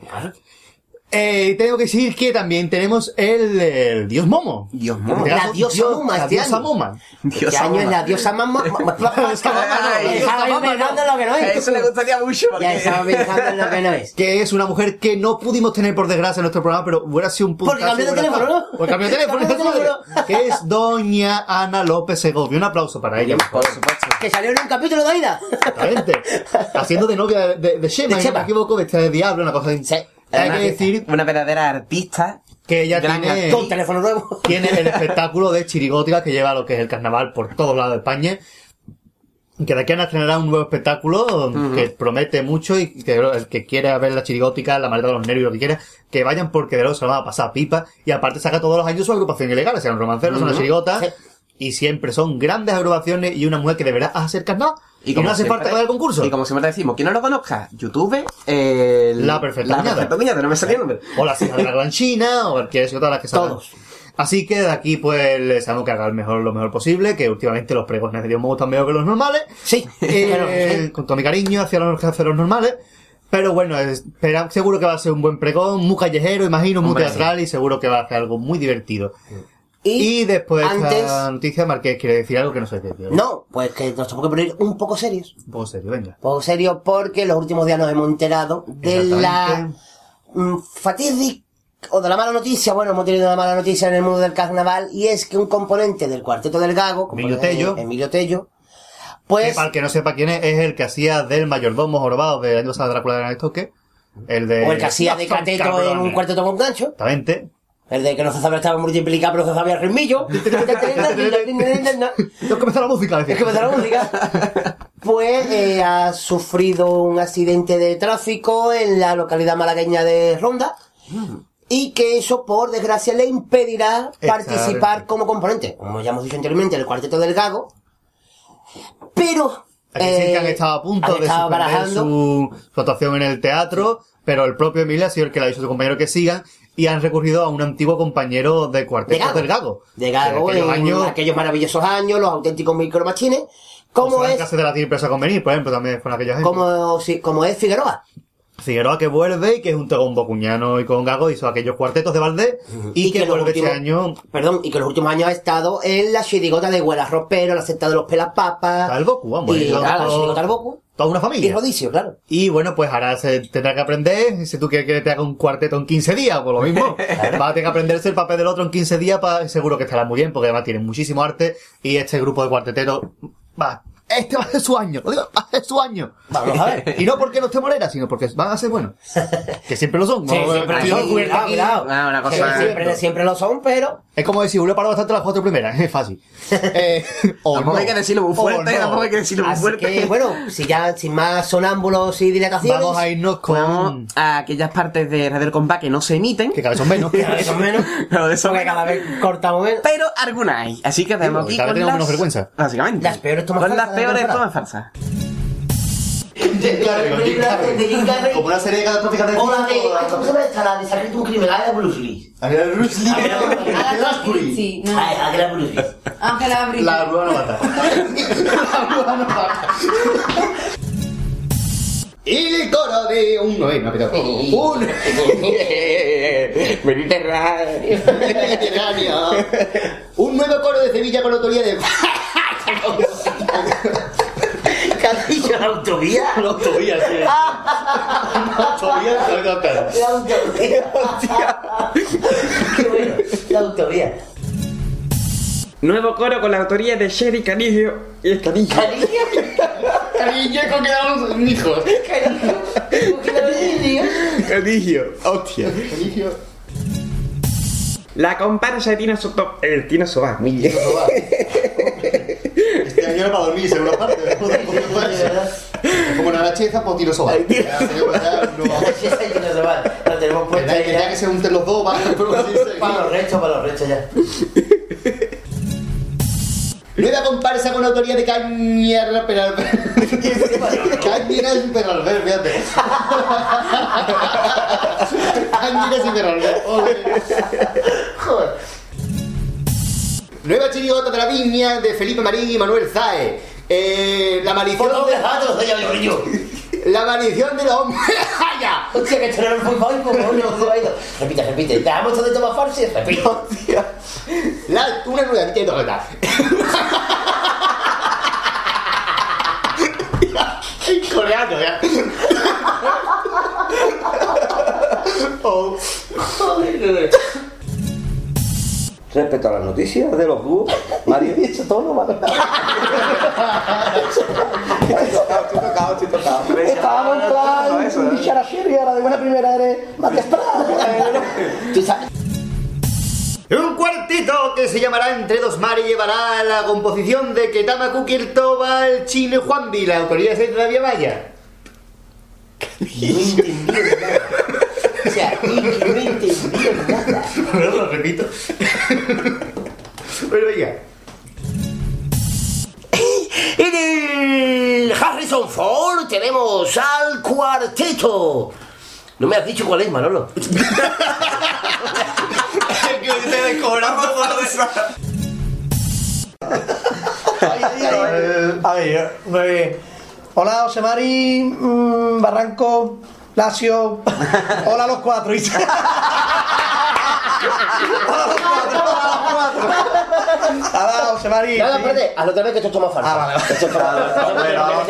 Speaker 1: Eh, y tengo que decir que también tenemos el, el dios Momo.
Speaker 2: Dios mío.
Speaker 1: Te
Speaker 3: La
Speaker 1: das-
Speaker 3: diosa
Speaker 1: Dios-
Speaker 3: Moma
Speaker 1: la
Speaker 3: este
Speaker 1: diosa
Speaker 3: año.
Speaker 1: Moma.
Speaker 2: Dios
Speaker 3: ¿Qué año es la diosa mamá?
Speaker 2: Ay,
Speaker 3: Estaba
Speaker 1: mamá,
Speaker 3: inventando lo que no es.
Speaker 2: Eso le gustaría mucho.
Speaker 3: Ya estaba
Speaker 2: Porque...
Speaker 3: pensando en lo que no es.
Speaker 1: que es una mujer que no pudimos tener por desgracia en nuestro programa, pero hubiera sido un punto.
Speaker 3: Porque cambió de teléfono, ¿no?
Speaker 1: Porque cambió de teléfono,
Speaker 3: Cambió de
Speaker 1: madre.
Speaker 3: teléfono.
Speaker 1: Que es doña Ana López Segovia. Un aplauso para ella.
Speaker 2: Por supuesto.
Speaker 3: Que salió en un capítulo de Aida.
Speaker 1: Exactamente. Haciendo de novia de, de, de Shema, si
Speaker 3: De
Speaker 1: no
Speaker 3: Shema.
Speaker 1: me equivoco, vestida de diablo, una cosa así.
Speaker 3: Sí.
Speaker 1: Hay
Speaker 2: Una-
Speaker 1: que decir
Speaker 2: Una verdadera artista.
Speaker 1: que ella
Speaker 2: Gran
Speaker 1: tiene,
Speaker 3: Con teléfono nuevo.
Speaker 1: tiene el espectáculo de chirigótica que lleva lo que es el carnaval por todos lados de España. que de aquí a nada estrenará un nuevo espectáculo que promete mucho y que el que quiera ver la chirigótica, la maldad de los nervios, lo que quiera, que vayan porque de luego se lo van a pasar pipa y aparte saca todos los años su agrupación ilegal, o sea, un romancero, son una
Speaker 3: Ujú.
Speaker 1: chirigota y siempre son grandes agrupaciones y una mujer que de verdad hace el carnaval y, no hace falta que vaya al concurso.
Speaker 2: Y como siempre decimos, quien no lo conozca, YouTube, eh, el-
Speaker 1: La perfecta
Speaker 2: la
Speaker 1: cuñada.
Speaker 2: perfecta cuñada, no me salía el nombre.
Speaker 1: O las hijas de la gran china, o cualquier otra de las que salgan. Así que de aquí, pues, le deseamos que haga el mejor, lo mejor posible, que últimamente los pregones de Dios me gustan mejor que los normales. Sí. Con todo mi cariño hacia los hacia los normales. Pero bueno, espera- seguro que va a ser un buen pregón, muy callejero, imagino, muy
Speaker 3: Hombre,
Speaker 1: teatral, y seguro que va a ser algo muy divertido. Y, después de esta
Speaker 3: antes-
Speaker 1: noticia, Marqués quiere decir algo que no sé qué. pero-
Speaker 3: No, pues que nos tenemos que poner un poco serios.
Speaker 1: Un poco serio, venga.
Speaker 3: Un poco serios porque los últimos días nos hemos enterado de la
Speaker 1: Exactamente.
Speaker 3: mm, fatídica o de la mala noticia. Bueno, hemos tenido una mala noticia en el mundo del carnaval y es que un componente del cuarteto del Gago,
Speaker 1: Emilio
Speaker 3: componente
Speaker 1: Tello.
Speaker 3: de Emilio Tello, pues
Speaker 1: Que para el que no sepa quién es, es el que hacía del mayordomo jorobado de Años a Drácula de Gran Estoque. El de.
Speaker 3: o el que hacía de
Speaker 1: No son
Speaker 3: cateto
Speaker 1: cabrones.
Speaker 3: en un cuarteto con gancho,
Speaker 1: Exactamente.
Speaker 3: el de que no se sabía estaba multiplicado pero se sabía el ritmillo.
Speaker 1: Tengo que empezar la música.
Speaker 3: Es que empezó la música. Pues eh, ha sufrido un accidente de tráfico en la localidad malagueña de Ronda y que eso, por desgracia, le impedirá participar como componente. Como ya hemos dicho anteriormente, el cuarteto del Gago. Pero...
Speaker 1: Aquí dicen que han estado a punto de
Speaker 3: estaba
Speaker 1: suspender
Speaker 3: Eh, barajando.
Speaker 1: su, su actuación en el teatro, pero el propio Emilio ha sido el que le ha dicho a su compañero que sigan y han recurrido a un antiguo compañero de cuarteto
Speaker 3: De Gago.
Speaker 1: del Gago.
Speaker 3: De Gago,
Speaker 1: aquellos
Speaker 3: en
Speaker 1: años-
Speaker 3: aquellos maravillosos años, los auténticos micromachines.
Speaker 1: Como
Speaker 3: Como
Speaker 1: las
Speaker 3: es,
Speaker 1: clases de la empresa convenir, por ejemplo, también fueron aquellos años.
Speaker 3: como, si- como es Figueroa.
Speaker 1: Figueroa que vuelve y que junto con Bocuñano y con Gago hizo aquellos cuartetos de Valdés y, que,
Speaker 3: los
Speaker 1: vuelve
Speaker 3: últimos-
Speaker 1: este año
Speaker 3: Perdón, y que los últimos años ha estado en la chirigota de Huelas Ropero, la secta de los Pelapapas.
Speaker 1: al Bocu, vamos.
Speaker 3: Y,
Speaker 1: eh,
Speaker 3: ah, la
Speaker 1: todo-
Speaker 3: chirigota del Bocu.
Speaker 1: toda una familia.
Speaker 3: Y Rodicio, claro.
Speaker 1: Y bueno, pues ahora se tendrá que aprender, si tú quieres que te haga un cuarteto en 15 días, por lo mismo, va a tener que aprenderse el papel del otro en 15 días, pa- seguro que estará muy bien, porque además tienen muchísimo arte, y este grupo de cuarteteros va, este va a ser su año, lo digo, va a ser su año.
Speaker 3: Vamos a ver.
Speaker 1: Y no porque no esté morera, sino porque van a ser buenos. Que siempre lo son.
Speaker 3: Ah, Sí,
Speaker 1: Vamos a ver,
Speaker 3: siempre
Speaker 1: cuidado,
Speaker 3: aquí,
Speaker 1: cubierta
Speaker 3: cuidado,
Speaker 1: aquí.
Speaker 3: cuidado.
Speaker 2: Ah, una cosa-
Speaker 3: Sí, siempre, siempre lo son, pero...
Speaker 1: Es como decir, uno parado bastante las cuatro primeras, es fácil. Eh, o
Speaker 2: Tampoco
Speaker 1: no.
Speaker 2: hay que decirlo muy
Speaker 1: O
Speaker 2: fuerte,
Speaker 1: no.
Speaker 2: tampoco hay que decirlo muy
Speaker 3: Así
Speaker 2: fuerte.
Speaker 3: que, bueno, si ya, sin más sonámbulos y dilataciones...
Speaker 1: Vamos a irnos con...
Speaker 2: Vamos a aquellas partes de Radio Compa que no se emiten.
Speaker 1: Que cada vez son menos.
Speaker 3: Cada vez son menos.
Speaker 2: Pero de eso-
Speaker 3: Porque cada vez cortamos menos.
Speaker 2: Pero algunas hay. Así que tenemos
Speaker 1: porque
Speaker 2: aquí
Speaker 1: cada vez
Speaker 2: con
Speaker 1: tenemos
Speaker 2: las...
Speaker 1: menos vergüenza.
Speaker 2: Básicamente.
Speaker 3: Las peores tomas
Speaker 2: Con
Speaker 3: falsas
Speaker 2: las
Speaker 3: de la
Speaker 2: peores
Speaker 3: temporada.
Speaker 2: tomas falsas.
Speaker 3: de Jim Carrey.
Speaker 1: Como una serie de catastróficas de
Speaker 3: O la de... ay, ¿Cómo se llama esta? La de Secreto un crimen, la de Bruce Lee.
Speaker 1: Bruce Lee.
Speaker 16: Sí, no.
Speaker 3: Ah, la de la Bruce Lee.
Speaker 16: Ángela Abril.
Speaker 1: La grúa no mata.
Speaker 12: Y el coro de un... No, eh, me ha pitado. Un... Mediterráneo. Un nuevo coro de Sevilla con autoría de...
Speaker 3: ¿Qué has dicho? ¿La autovía?
Speaker 1: La autovía, sí. La autovía, la verdad, pero-
Speaker 3: La autovía. Qué bueno. La autovía.
Speaker 2: Nuevo coro con la autoría de Sherry Canillo y Escanillo.
Speaker 12: Cariño, con que damos un hijo.
Speaker 2: Canillo, hostia. La comparsa de Tina Soto. El Tina Soba, muy bien.
Speaker 12: Este año era para dormirse en una parte. ¿no? Como una nacheza, pues tiro soba. Ya, señor, pues ya, no vamos.
Speaker 3: Sí, sí, que no se va. La tenemos
Speaker 12: Que
Speaker 3: puesta
Speaker 12: tenga-
Speaker 3: ahí
Speaker 12: que tenga
Speaker 3: ya.
Speaker 12: que se unten los dos, va. pero sí, sí.
Speaker 3: Para los restos, para los restos ya.
Speaker 12: Nueva comparsa con autoría de Cañar Peralver. Cañeras y Peralver, fíjate. Cañeras y Peralver, ole. Joder. Nueva chirigota de la viña de Felipe Marín y Manuel Zae. Eh, la maldición
Speaker 3: Por los
Speaker 12: de...
Speaker 3: gatos, ya veo yo.
Speaker 12: La maldición del hombre. ¡Jaya!
Speaker 3: Hostia, que esto no lo hemos oído, por favor, no lo hemos oído. Repite, repite. Dejamos todo esto más fácil. Repite.
Speaker 12: La, una nueva tiene dos letras. En coreano, ya. Oh.
Speaker 9: Respecto a las noticias de los dúos, Mario, eso todo lo malo. Estoy tocado, estoy tocado.
Speaker 11: Estábamos en plan Bichara Sherry, ahora de buena primera eres más temprano.
Speaker 3: Tú sabes.
Speaker 1: Un cuartito que se llamará Entre dos mares llevará la composición de Ketama Kukirtoba, el chino y Juan la autoridad es de la Vaya.
Speaker 17: O sea, no entendía nada.
Speaker 1: Bueno, lo repito. bueno, venga.
Speaker 17: En el Harrison Ford tenemos al cuarteto. No me has dicho cuál es, Manolo.
Speaker 1: que te descobramos por
Speaker 11: A ver, muy bien. Hola, José Mari, mm, Barranco, Lacio. Hola, los cuatro.
Speaker 2: Ah,
Speaker 17: Hola, José Mari. Nada, espérate, hazlo otra vez que esto es toma falta. Ah, vale, vale. Esto es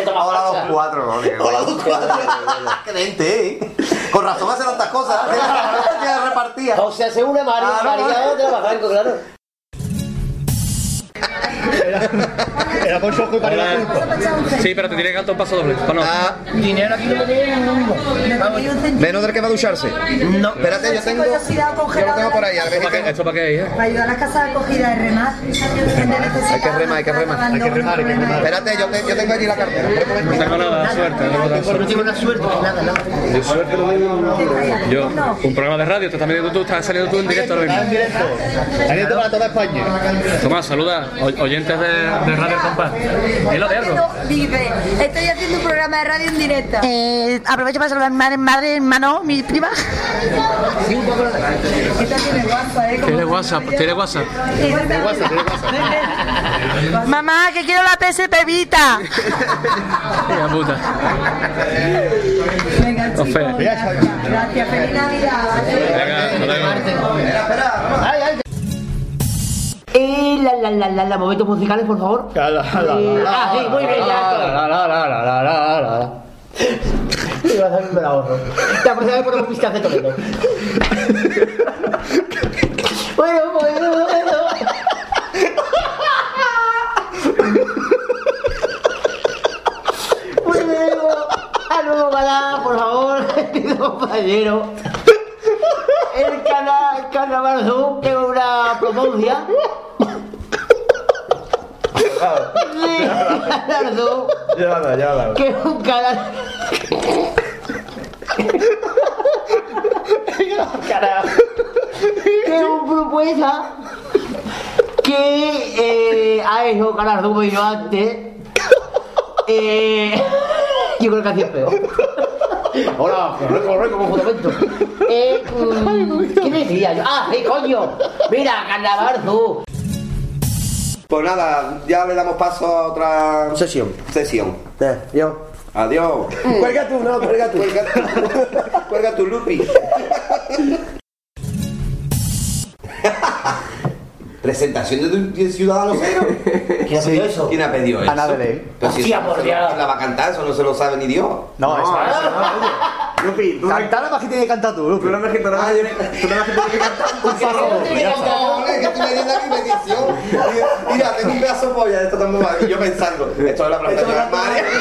Speaker 17: toma falsa.
Speaker 2: Ahora los cuatro, ole, ole.
Speaker 17: Hola, los cuatro. Ah,
Speaker 2: Qué gente, ¿eh? Con razón hacen tantas cosas. Que repartía.
Speaker 17: O sea, se une Mari,
Speaker 2: Ah, no,
Speaker 17: Mari,
Speaker 2: no.
Speaker 17: la otra, Barranco, claro.
Speaker 18: Era con Shojo y para la culpa.
Speaker 6: Sí, pero te tiene que cantar un paso doble. ¿o no?
Speaker 18: Dinero aquí no Menos del que va a ducharse. No, espérate, yo tengo. Yo lo tengo por ahí, a ver.
Speaker 6: ¿Esto para qué, esto para qué es? eh?
Speaker 19: Para ayudar a las casas acogidas y remar.
Speaker 6: Hay que remar, hay que remar. Hay que remar, hay que remar.
Speaker 18: Espérate, yo, te- yo tengo allí la cartera.
Speaker 6: No tengo nada, suerte. No tengo nada,
Speaker 3: No
Speaker 6: suerte.
Speaker 3: tengo una suerte, nada, nada.
Speaker 6: Yo suerte no tengo. Yo, un programa de radio, te estás metiendo tú, estás saliendo tú en directo ahora mismo.
Speaker 18: Saliendo para toda España.
Speaker 6: Tomás, saluda, o- oyentes de, de Radio Compás. Dilo de algo.
Speaker 19: Vive. Estoy haciendo un programa de radio en directo. Eh, aprovecho para saludar a mi madre, madre, hermano, mis primas.
Speaker 6: Sí, un poco
Speaker 19: eh?
Speaker 6: Tiene WhatsApp, tiene WhatsApp.
Speaker 19: Tiene WhatsApp, tiene Mamá, que quiero la PSP Vita.
Speaker 6: Hija puta.
Speaker 19: Venga,
Speaker 6: O fea.
Speaker 19: gracias. Feliz Navidad.
Speaker 6: Venga, hasta luego.
Speaker 3: Eh, la, la, la, la, la, momentos musicales, por favor. Eh, ah, sí, muy bien, ya. Me vas a dar un bravo. La próxima vez ponemos pistas de Toledo. Bueno, bueno, bueno. Bueno, a nuevo balada, Ah, por favor, querido compañero. El canal Carnaval Zoom es una promoción. Sí, Carnaval Zoom,
Speaker 2: Llévala, llévala.
Speaker 3: que es un canal. que es una propuesta que eh, ha hecho Canal Zoom y yo antes. Eh, yo creo que hacía peor. Hola, correcto, correcto, como fundamento. Eh, mm, ¿Qué decía yo? ¡Ah, sí, coño! Mira, carnaval tú.
Speaker 9: Pues nada, ya le damos paso a otra sesión. Sesión.
Speaker 2: Eh,
Speaker 9: Adiós. Adiós. Cuelga tú, no, cuelga tú. Cuelga, tú. Cuelga tú, Lupi. Presentación de, tu- de Ciudadano Cero.
Speaker 2: ¿Quién ha pedido eso?
Speaker 9: ¿Quién ha pedido eso?
Speaker 2: Ana Belén.
Speaker 9: Pues si
Speaker 2: Hostia,
Speaker 9: eso no
Speaker 2: por
Speaker 9: se lo-
Speaker 2: Dios.
Speaker 9: la va a cantar, eso no se lo sabe ni Dios.
Speaker 2: No,
Speaker 11: eh.
Speaker 2: eso- eso
Speaker 9: no. Lupi, tú cantar la bajita y cantar tú. Tú la bajita, tú la bajita que cantar.
Speaker 2: Un paso.
Speaker 9: que tú me dices aquí medición. Mira, tengo un pedazo de polla de esto tan mal. Y yo pensando, esto es la planta de armario.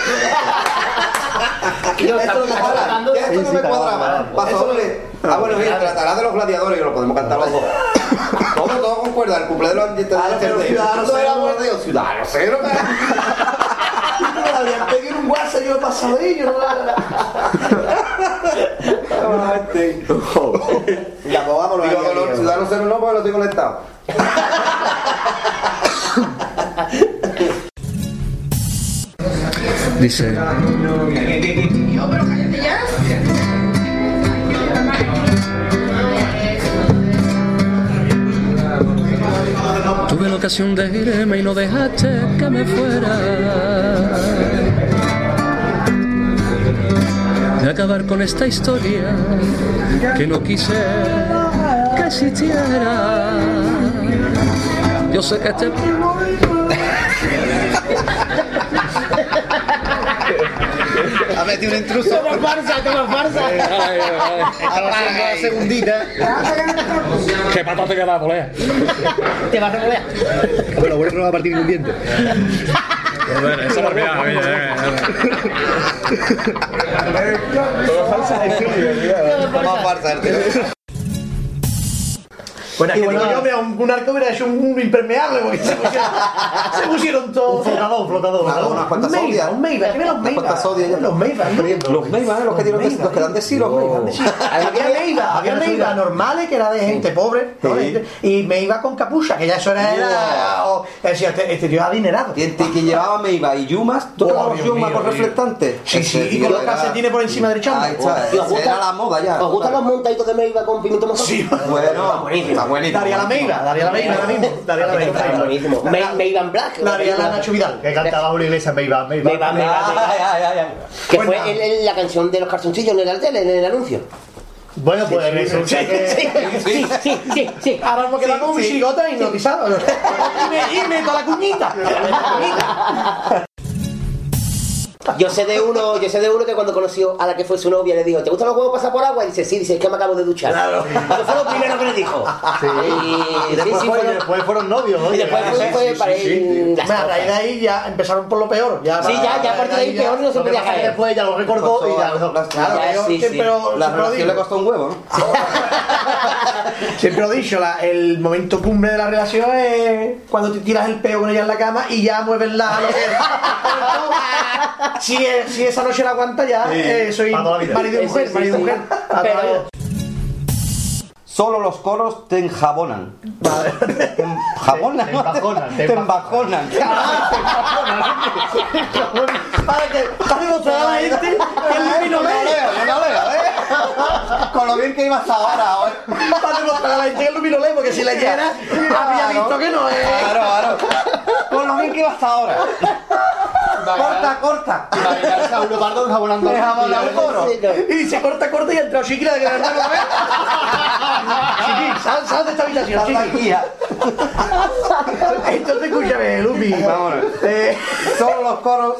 Speaker 9: Esto no cuadra, ya esto no me cuadraba. Paso doble. Ah, bueno, mira, tratará de los gladiadores, que lo podemos cantar los dos. Todo, todo con cuerda, el cumple de los antiestadistas.
Speaker 2: pero Ciudadanos
Speaker 9: Todo era
Speaker 2: Cero.
Speaker 9: bueno, digo, Ciudadanos Cero,
Speaker 11: Me habían pedido un WhatsApp, yo he pasado de ellos.
Speaker 9: Ya, pues vámonos. Digo, no, no, Ciudadanos Cero no, porque lo estoy conectado.
Speaker 6: Dice. Tuve la ocasión de irme y no dejaste que me fuera. De acabar con esta historia que no quise que existiera. Yo sé que este
Speaker 18: Ha metido un intruso. Toma farsa, toma farsa. Estaba haciendo la segundita.
Speaker 6: ¿Qué pata te queda, polea?
Speaker 3: Te vas a mover.
Speaker 18: Bueno, bueno, no va a partir ningún diente.
Speaker 6: Bueno, eso por mira, mira, mira,
Speaker 9: Toma farsa, el tío.
Speaker 3: Bueno,
Speaker 11: y
Speaker 3: es que
Speaker 11: bueno,
Speaker 3: digo-
Speaker 11: yo veo un, un arco hubiera hecho un, un impermeable porque se pusieron, se pusieron todos. Un flotador, un flotador.
Speaker 13: unas cuantas
Speaker 11: un Maybach,
Speaker 13: odias.
Speaker 11: un Maybach, que me los Maybach.
Speaker 13: cuantas odias ya.
Speaker 11: Los Maybach,
Speaker 13: Los Maybach, los que dieron de sí, los que dan de sí, los Maybach.
Speaker 11: Había Maybach, había Maybach normales que era de gente pobre, ¿no?
Speaker 13: Sí.
Speaker 11: Gente- y Maybach con capucha, que ya eso era... era o- decía, este, este tío es adinerado.
Speaker 13: Y el que llevaba Maybach y Yumas, tú
Speaker 11: Oh,
Speaker 13: llevabas los
Speaker 11: Dios
Speaker 13: Yumas
Speaker 11: mío,
Speaker 13: con
Speaker 11: sí.
Speaker 13: reflectantes.
Speaker 11: Sí, sí,
Speaker 13: Ese
Speaker 11: y con
Speaker 13: tío
Speaker 11: los
Speaker 13: era-
Speaker 11: calcetines por encima del chamba.
Speaker 13: Ahí está,
Speaker 11: Dios,
Speaker 13: esa
Speaker 11: gusta-
Speaker 13: era la moda ya.
Speaker 11: os gustan
Speaker 13: los
Speaker 3: montaditos de Meiva con pimiento más
Speaker 11: Sí,
Speaker 13: Bueno, está buenísimo.
Speaker 11: Daría la Meiva, daría la Meiva ahora mismo. Daría la Meiva.
Speaker 5: Está buenísimo.
Speaker 11: Meiva
Speaker 3: Meivan Black.
Speaker 11: Daría la Nacho Vidal.
Speaker 5: Que cantaba una iglesia, me iba, me iba.
Speaker 3: Meiva, Meiva, Meiva. Que fue el- el- la canción de los calzoncillos en el, tele, en el anuncio.
Speaker 5: Bueno, pues resulta que...
Speaker 3: sí, sí, sí, sí.
Speaker 11: Ahora mismo quedamos con un chigota hipnotizado. Y me- Y meto la cuñita.
Speaker 3: Yo sé de uno, yo sé de uno que cuando conoció a la que fue su novia le dijo, ¿te gustan los huevos pasar por agua? Y dice, sí, dice, es que me acabo de duchar.
Speaker 5: Claro.
Speaker 3: Eso fue lo primero que le dijo.
Speaker 5: Sí.
Speaker 3: Y,
Speaker 5: Y
Speaker 3: sí,
Speaker 5: después,
Speaker 3: sí,
Speaker 5: fue-
Speaker 3: fueron-
Speaker 5: después fueron novios.
Speaker 3: Y después
Speaker 5: oye,
Speaker 3: fue- fue
Speaker 5: sí, sí, sí,
Speaker 3: para
Speaker 5: sí.
Speaker 3: ir-
Speaker 11: Hombre, a raíz de ahí ya empezaron por lo peor. Ya,
Speaker 3: Sí, ya- ya a partir de ahí
Speaker 11: ya-
Speaker 3: peor no se
Speaker 11: lo que
Speaker 3: podía Pues
Speaker 11: pasa es que
Speaker 3: caer.
Speaker 11: Después ya lo recordó y ya lo Claro,
Speaker 13: Ya,
Speaker 11: yo
Speaker 13: sí, sí.
Speaker 11: siempre lo-
Speaker 13: La
Speaker 11: siempre lo
Speaker 13: relación
Speaker 11: digo.
Speaker 13: le costó un huevo, ¿no?
Speaker 11: Siempre lo he dicho, la- el momento cumbre de la relación es cuando te tiras el peo con ella en la cama y ya mueves la lo que- si, es- si esa noche la aguanta ya,
Speaker 13: Sí,
Speaker 11: eh, soy
Speaker 13: para toda la vida.
Speaker 11: marido y
Speaker 13: Sí,
Speaker 11: mujer,
Speaker 13: sí,
Speaker 11: marido y
Speaker 13: sí.
Speaker 11: mujer. para toda la vida.
Speaker 13: Solo los coros te enjabonan. Jabonan,
Speaker 5: Te
Speaker 13: ¿no?
Speaker 5: embajonan, te
Speaker 13: Te embajonan.
Speaker 11: Para ¿eh? que para demostrar a la gente que el Lari no
Speaker 13: No
Speaker 11: ve.
Speaker 13: leo, yo no leo, ¿eh? Con lo bien que iba hasta ahora. ¿eh?
Speaker 11: Para demostrar a la gente que el Lumi no lee, porque si leyera
Speaker 3: Ah,
Speaker 11: habría visto que no eh. es.
Speaker 13: Claro, claro. Con lo bien que iba hasta ahora. Corta, corta.
Speaker 12: Saulo Bardón jabonando.
Speaker 13: Enjabonando el coro.
Speaker 11: Y se corta, corta y entra Chiquila de que la verdad no la ve. Chiqui, sal, sal de esta habitación, Chiqui. Entonces escúchame, Lupi.
Speaker 13: Vámonos.
Speaker 11: Eh,
Speaker 13: Solo los coros.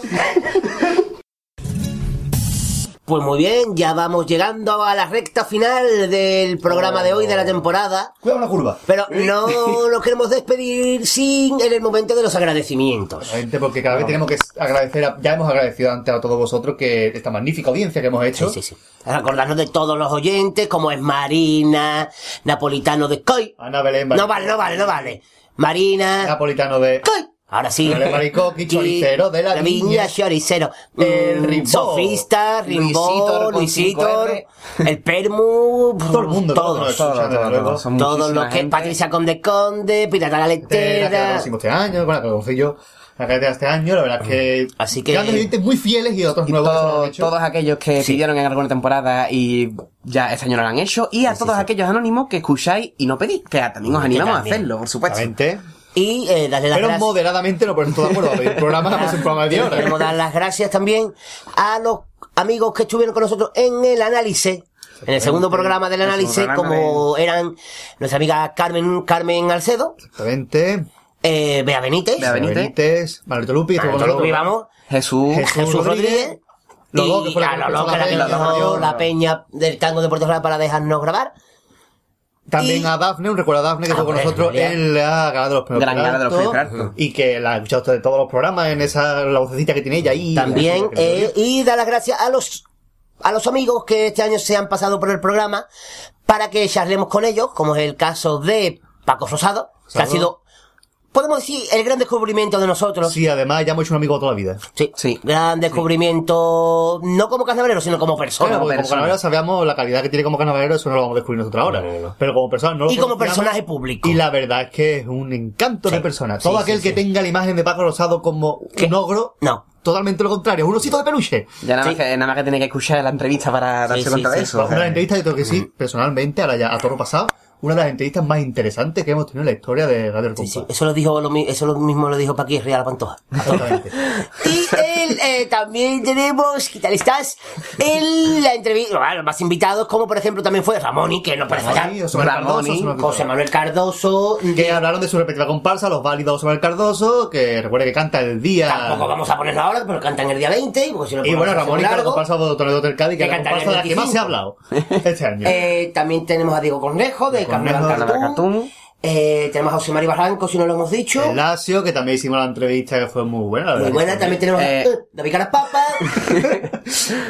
Speaker 3: Pues muy bien, ya vamos llegando a la recta final del programa de hoy de la temporada.
Speaker 1: Cuidado con la curva.
Speaker 3: Pero no nos queremos despedir sin en el momento de los agradecimientos.
Speaker 1: Gente, porque cada vez tenemos que agradecer, a- ya hemos agradecido antes a todos vosotros que esta magnífica audiencia que hemos hecho.
Speaker 3: Sí, sí, sí. Acordarnos de todos los oyentes, como es Marina, Napolitano de Coy.
Speaker 1: Ana Belén,
Speaker 3: No vale, no vale, no vale. Marina.
Speaker 1: Napolitano de
Speaker 3: Coy. Ahora sí.
Speaker 1: Ana Belén Maricoqui, choricero de la
Speaker 3: Viña,
Speaker 1: Viña.
Speaker 3: choricero.
Speaker 1: El
Speaker 3: Mm,
Speaker 1: Rimbó.
Speaker 3: Sofista, Rimbó,
Speaker 1: Luisito, con cinco
Speaker 3: Luisito,
Speaker 1: R.
Speaker 3: el Permu, todo el mundo, todos,
Speaker 1: todo, todo, todo, todo. Son
Speaker 3: todos
Speaker 1: muchísima
Speaker 3: los que
Speaker 1: gente.
Speaker 3: Patricia Conde Conde, Pirata la
Speaker 1: Eh, la que
Speaker 3: Letera,
Speaker 1: conocimos este año, bueno, la que conocí yo, la que este año, la verdad es que...
Speaker 3: Así que-
Speaker 1: grandes oyentes muy fieles y otros nuevos. que se lo han hecho.
Speaker 2: todos aquellos que pidieron en alguna temporada y ya este año no lo han hecho, y a todos aquellos anónimos que escucháis y no pedís, que también os
Speaker 3: Que
Speaker 2: animamos
Speaker 3: también.
Speaker 2: a hacerlo, por supuesto.
Speaker 3: Y eh, darle las
Speaker 1: Pero
Speaker 3: gracias.
Speaker 1: moderadamente no ponen todo de acuerdo. El programa no es un programa de ¿eh? 10 horas.
Speaker 3: Queremos dar las gracias también a los amigos que estuvieron con nosotros en el análisis. En el segundo programa del
Speaker 1: El segundo
Speaker 3: análisis,
Speaker 1: programa
Speaker 3: como eran nuestra amiga Carmen, Carmen Alcedo,
Speaker 1: Exactamente.
Speaker 3: eh, Bea Benítez,
Speaker 1: Bea Benítez, Manolito Lupi, estuvo
Speaker 3: Manolito
Speaker 1: con nosotros.
Speaker 3: Lupi, vamos.
Speaker 2: Jesús,
Speaker 3: Jesús Rodríguez,
Speaker 1: Los dos que
Speaker 3: y
Speaker 1: fueron
Speaker 3: a los
Speaker 1: con
Speaker 3: dos que
Speaker 1: nosotros, la peña mayor.
Speaker 3: la peña, la peña del tango de Puerto Real para dejarnos grabar.
Speaker 1: También
Speaker 3: Y-
Speaker 1: a Dafne, un recuerdo a Dafne que estuvo con
Speaker 3: Hombre,
Speaker 1: nosotros
Speaker 3: Julia.
Speaker 1: en la gala de los premios
Speaker 2: Gran gala de los
Speaker 1: Peralto,
Speaker 2: premios Peralto.
Speaker 1: Y que la ha escuchado usted de todos los programas en esa la vocecita que tiene ella ahí.
Speaker 3: También,
Speaker 1: Que le-
Speaker 3: eh, y dar las gracias a los, a los amigos que este año se han pasado por el programa para que charlemos con ellos, como es el caso de Paco Rosado, que ha
Speaker 1: Saludos.
Speaker 3: sido, podemos decir, el gran descubrimiento de nosotros.
Speaker 1: Sí, además ya hemos hecho un amigo toda la vida.
Speaker 3: Sí, gran descubrimiento, no como carnavalero, sino como persona.
Speaker 1: Bueno, porque como carnavalero sabíamos la calidad que tiene como carnavalero, eso no lo vamos a descubrir nosotros ahora. Pero como persona no lo
Speaker 3: Y como
Speaker 1: conocíamos.
Speaker 3: personaje público.
Speaker 1: Y la verdad es que es un encanto de persona.
Speaker 3: Sí,
Speaker 1: Todo
Speaker 3: sí,
Speaker 1: aquel que tenga la imagen de Paco Rosado como un ogro,
Speaker 3: No.
Speaker 1: totalmente lo contrario, es un osito de peluche.
Speaker 2: Ya nada más,
Speaker 1: Sí.
Speaker 2: que, nada más que tiene que escuchar la entrevista para darse cuenta de eso.
Speaker 1: Una de las entrevistas, yo creo que
Speaker 3: Mm.
Speaker 1: sí, personalmente, ahora ya a toro pasado, una de las entrevistas más interesantes que hemos tenido en la historia de Radio El Compás.
Speaker 3: Eso lo dijo, lo mi- eso lo mismo lo dijo Paquí Real Pantoja. y el, eh, también tenemos, ¿qué tal estás? El, la entrevista, bueno, más invitados, como por ejemplo también fue Ramoni, que no puede fallar.
Speaker 1: José Manuel Cardoso, José Manuel
Speaker 3: José Manuel Cardoso.
Speaker 1: Que hablaron de su respectiva comparsa, los válidos sobre el Cardoso, que recuerde que canta el día.
Speaker 3: Tampoco vamos a ponerlo ahora, pero cantan el día 20. porque si no
Speaker 1: Y bueno,
Speaker 3: podemos hacer
Speaker 1: Ramón y
Speaker 3: muy
Speaker 1: la
Speaker 3: largo.
Speaker 1: comparsa de Toledo del Cádiz, que
Speaker 3: Que
Speaker 1: es la
Speaker 3: cantaría
Speaker 1: comparsa de la que
Speaker 3: 25.
Speaker 1: más se ha hablado este año.
Speaker 3: Eh, también tenemos a Diego Cornejo, de Carnaval Cartoon. Eh, tenemos a José María Barranco, si no lo hemos dicho.
Speaker 1: El Lazio, que también hicimos la entrevista que fue muy buena, la verdad.
Speaker 3: Muy buena, también tenemos a eh, David Carapapa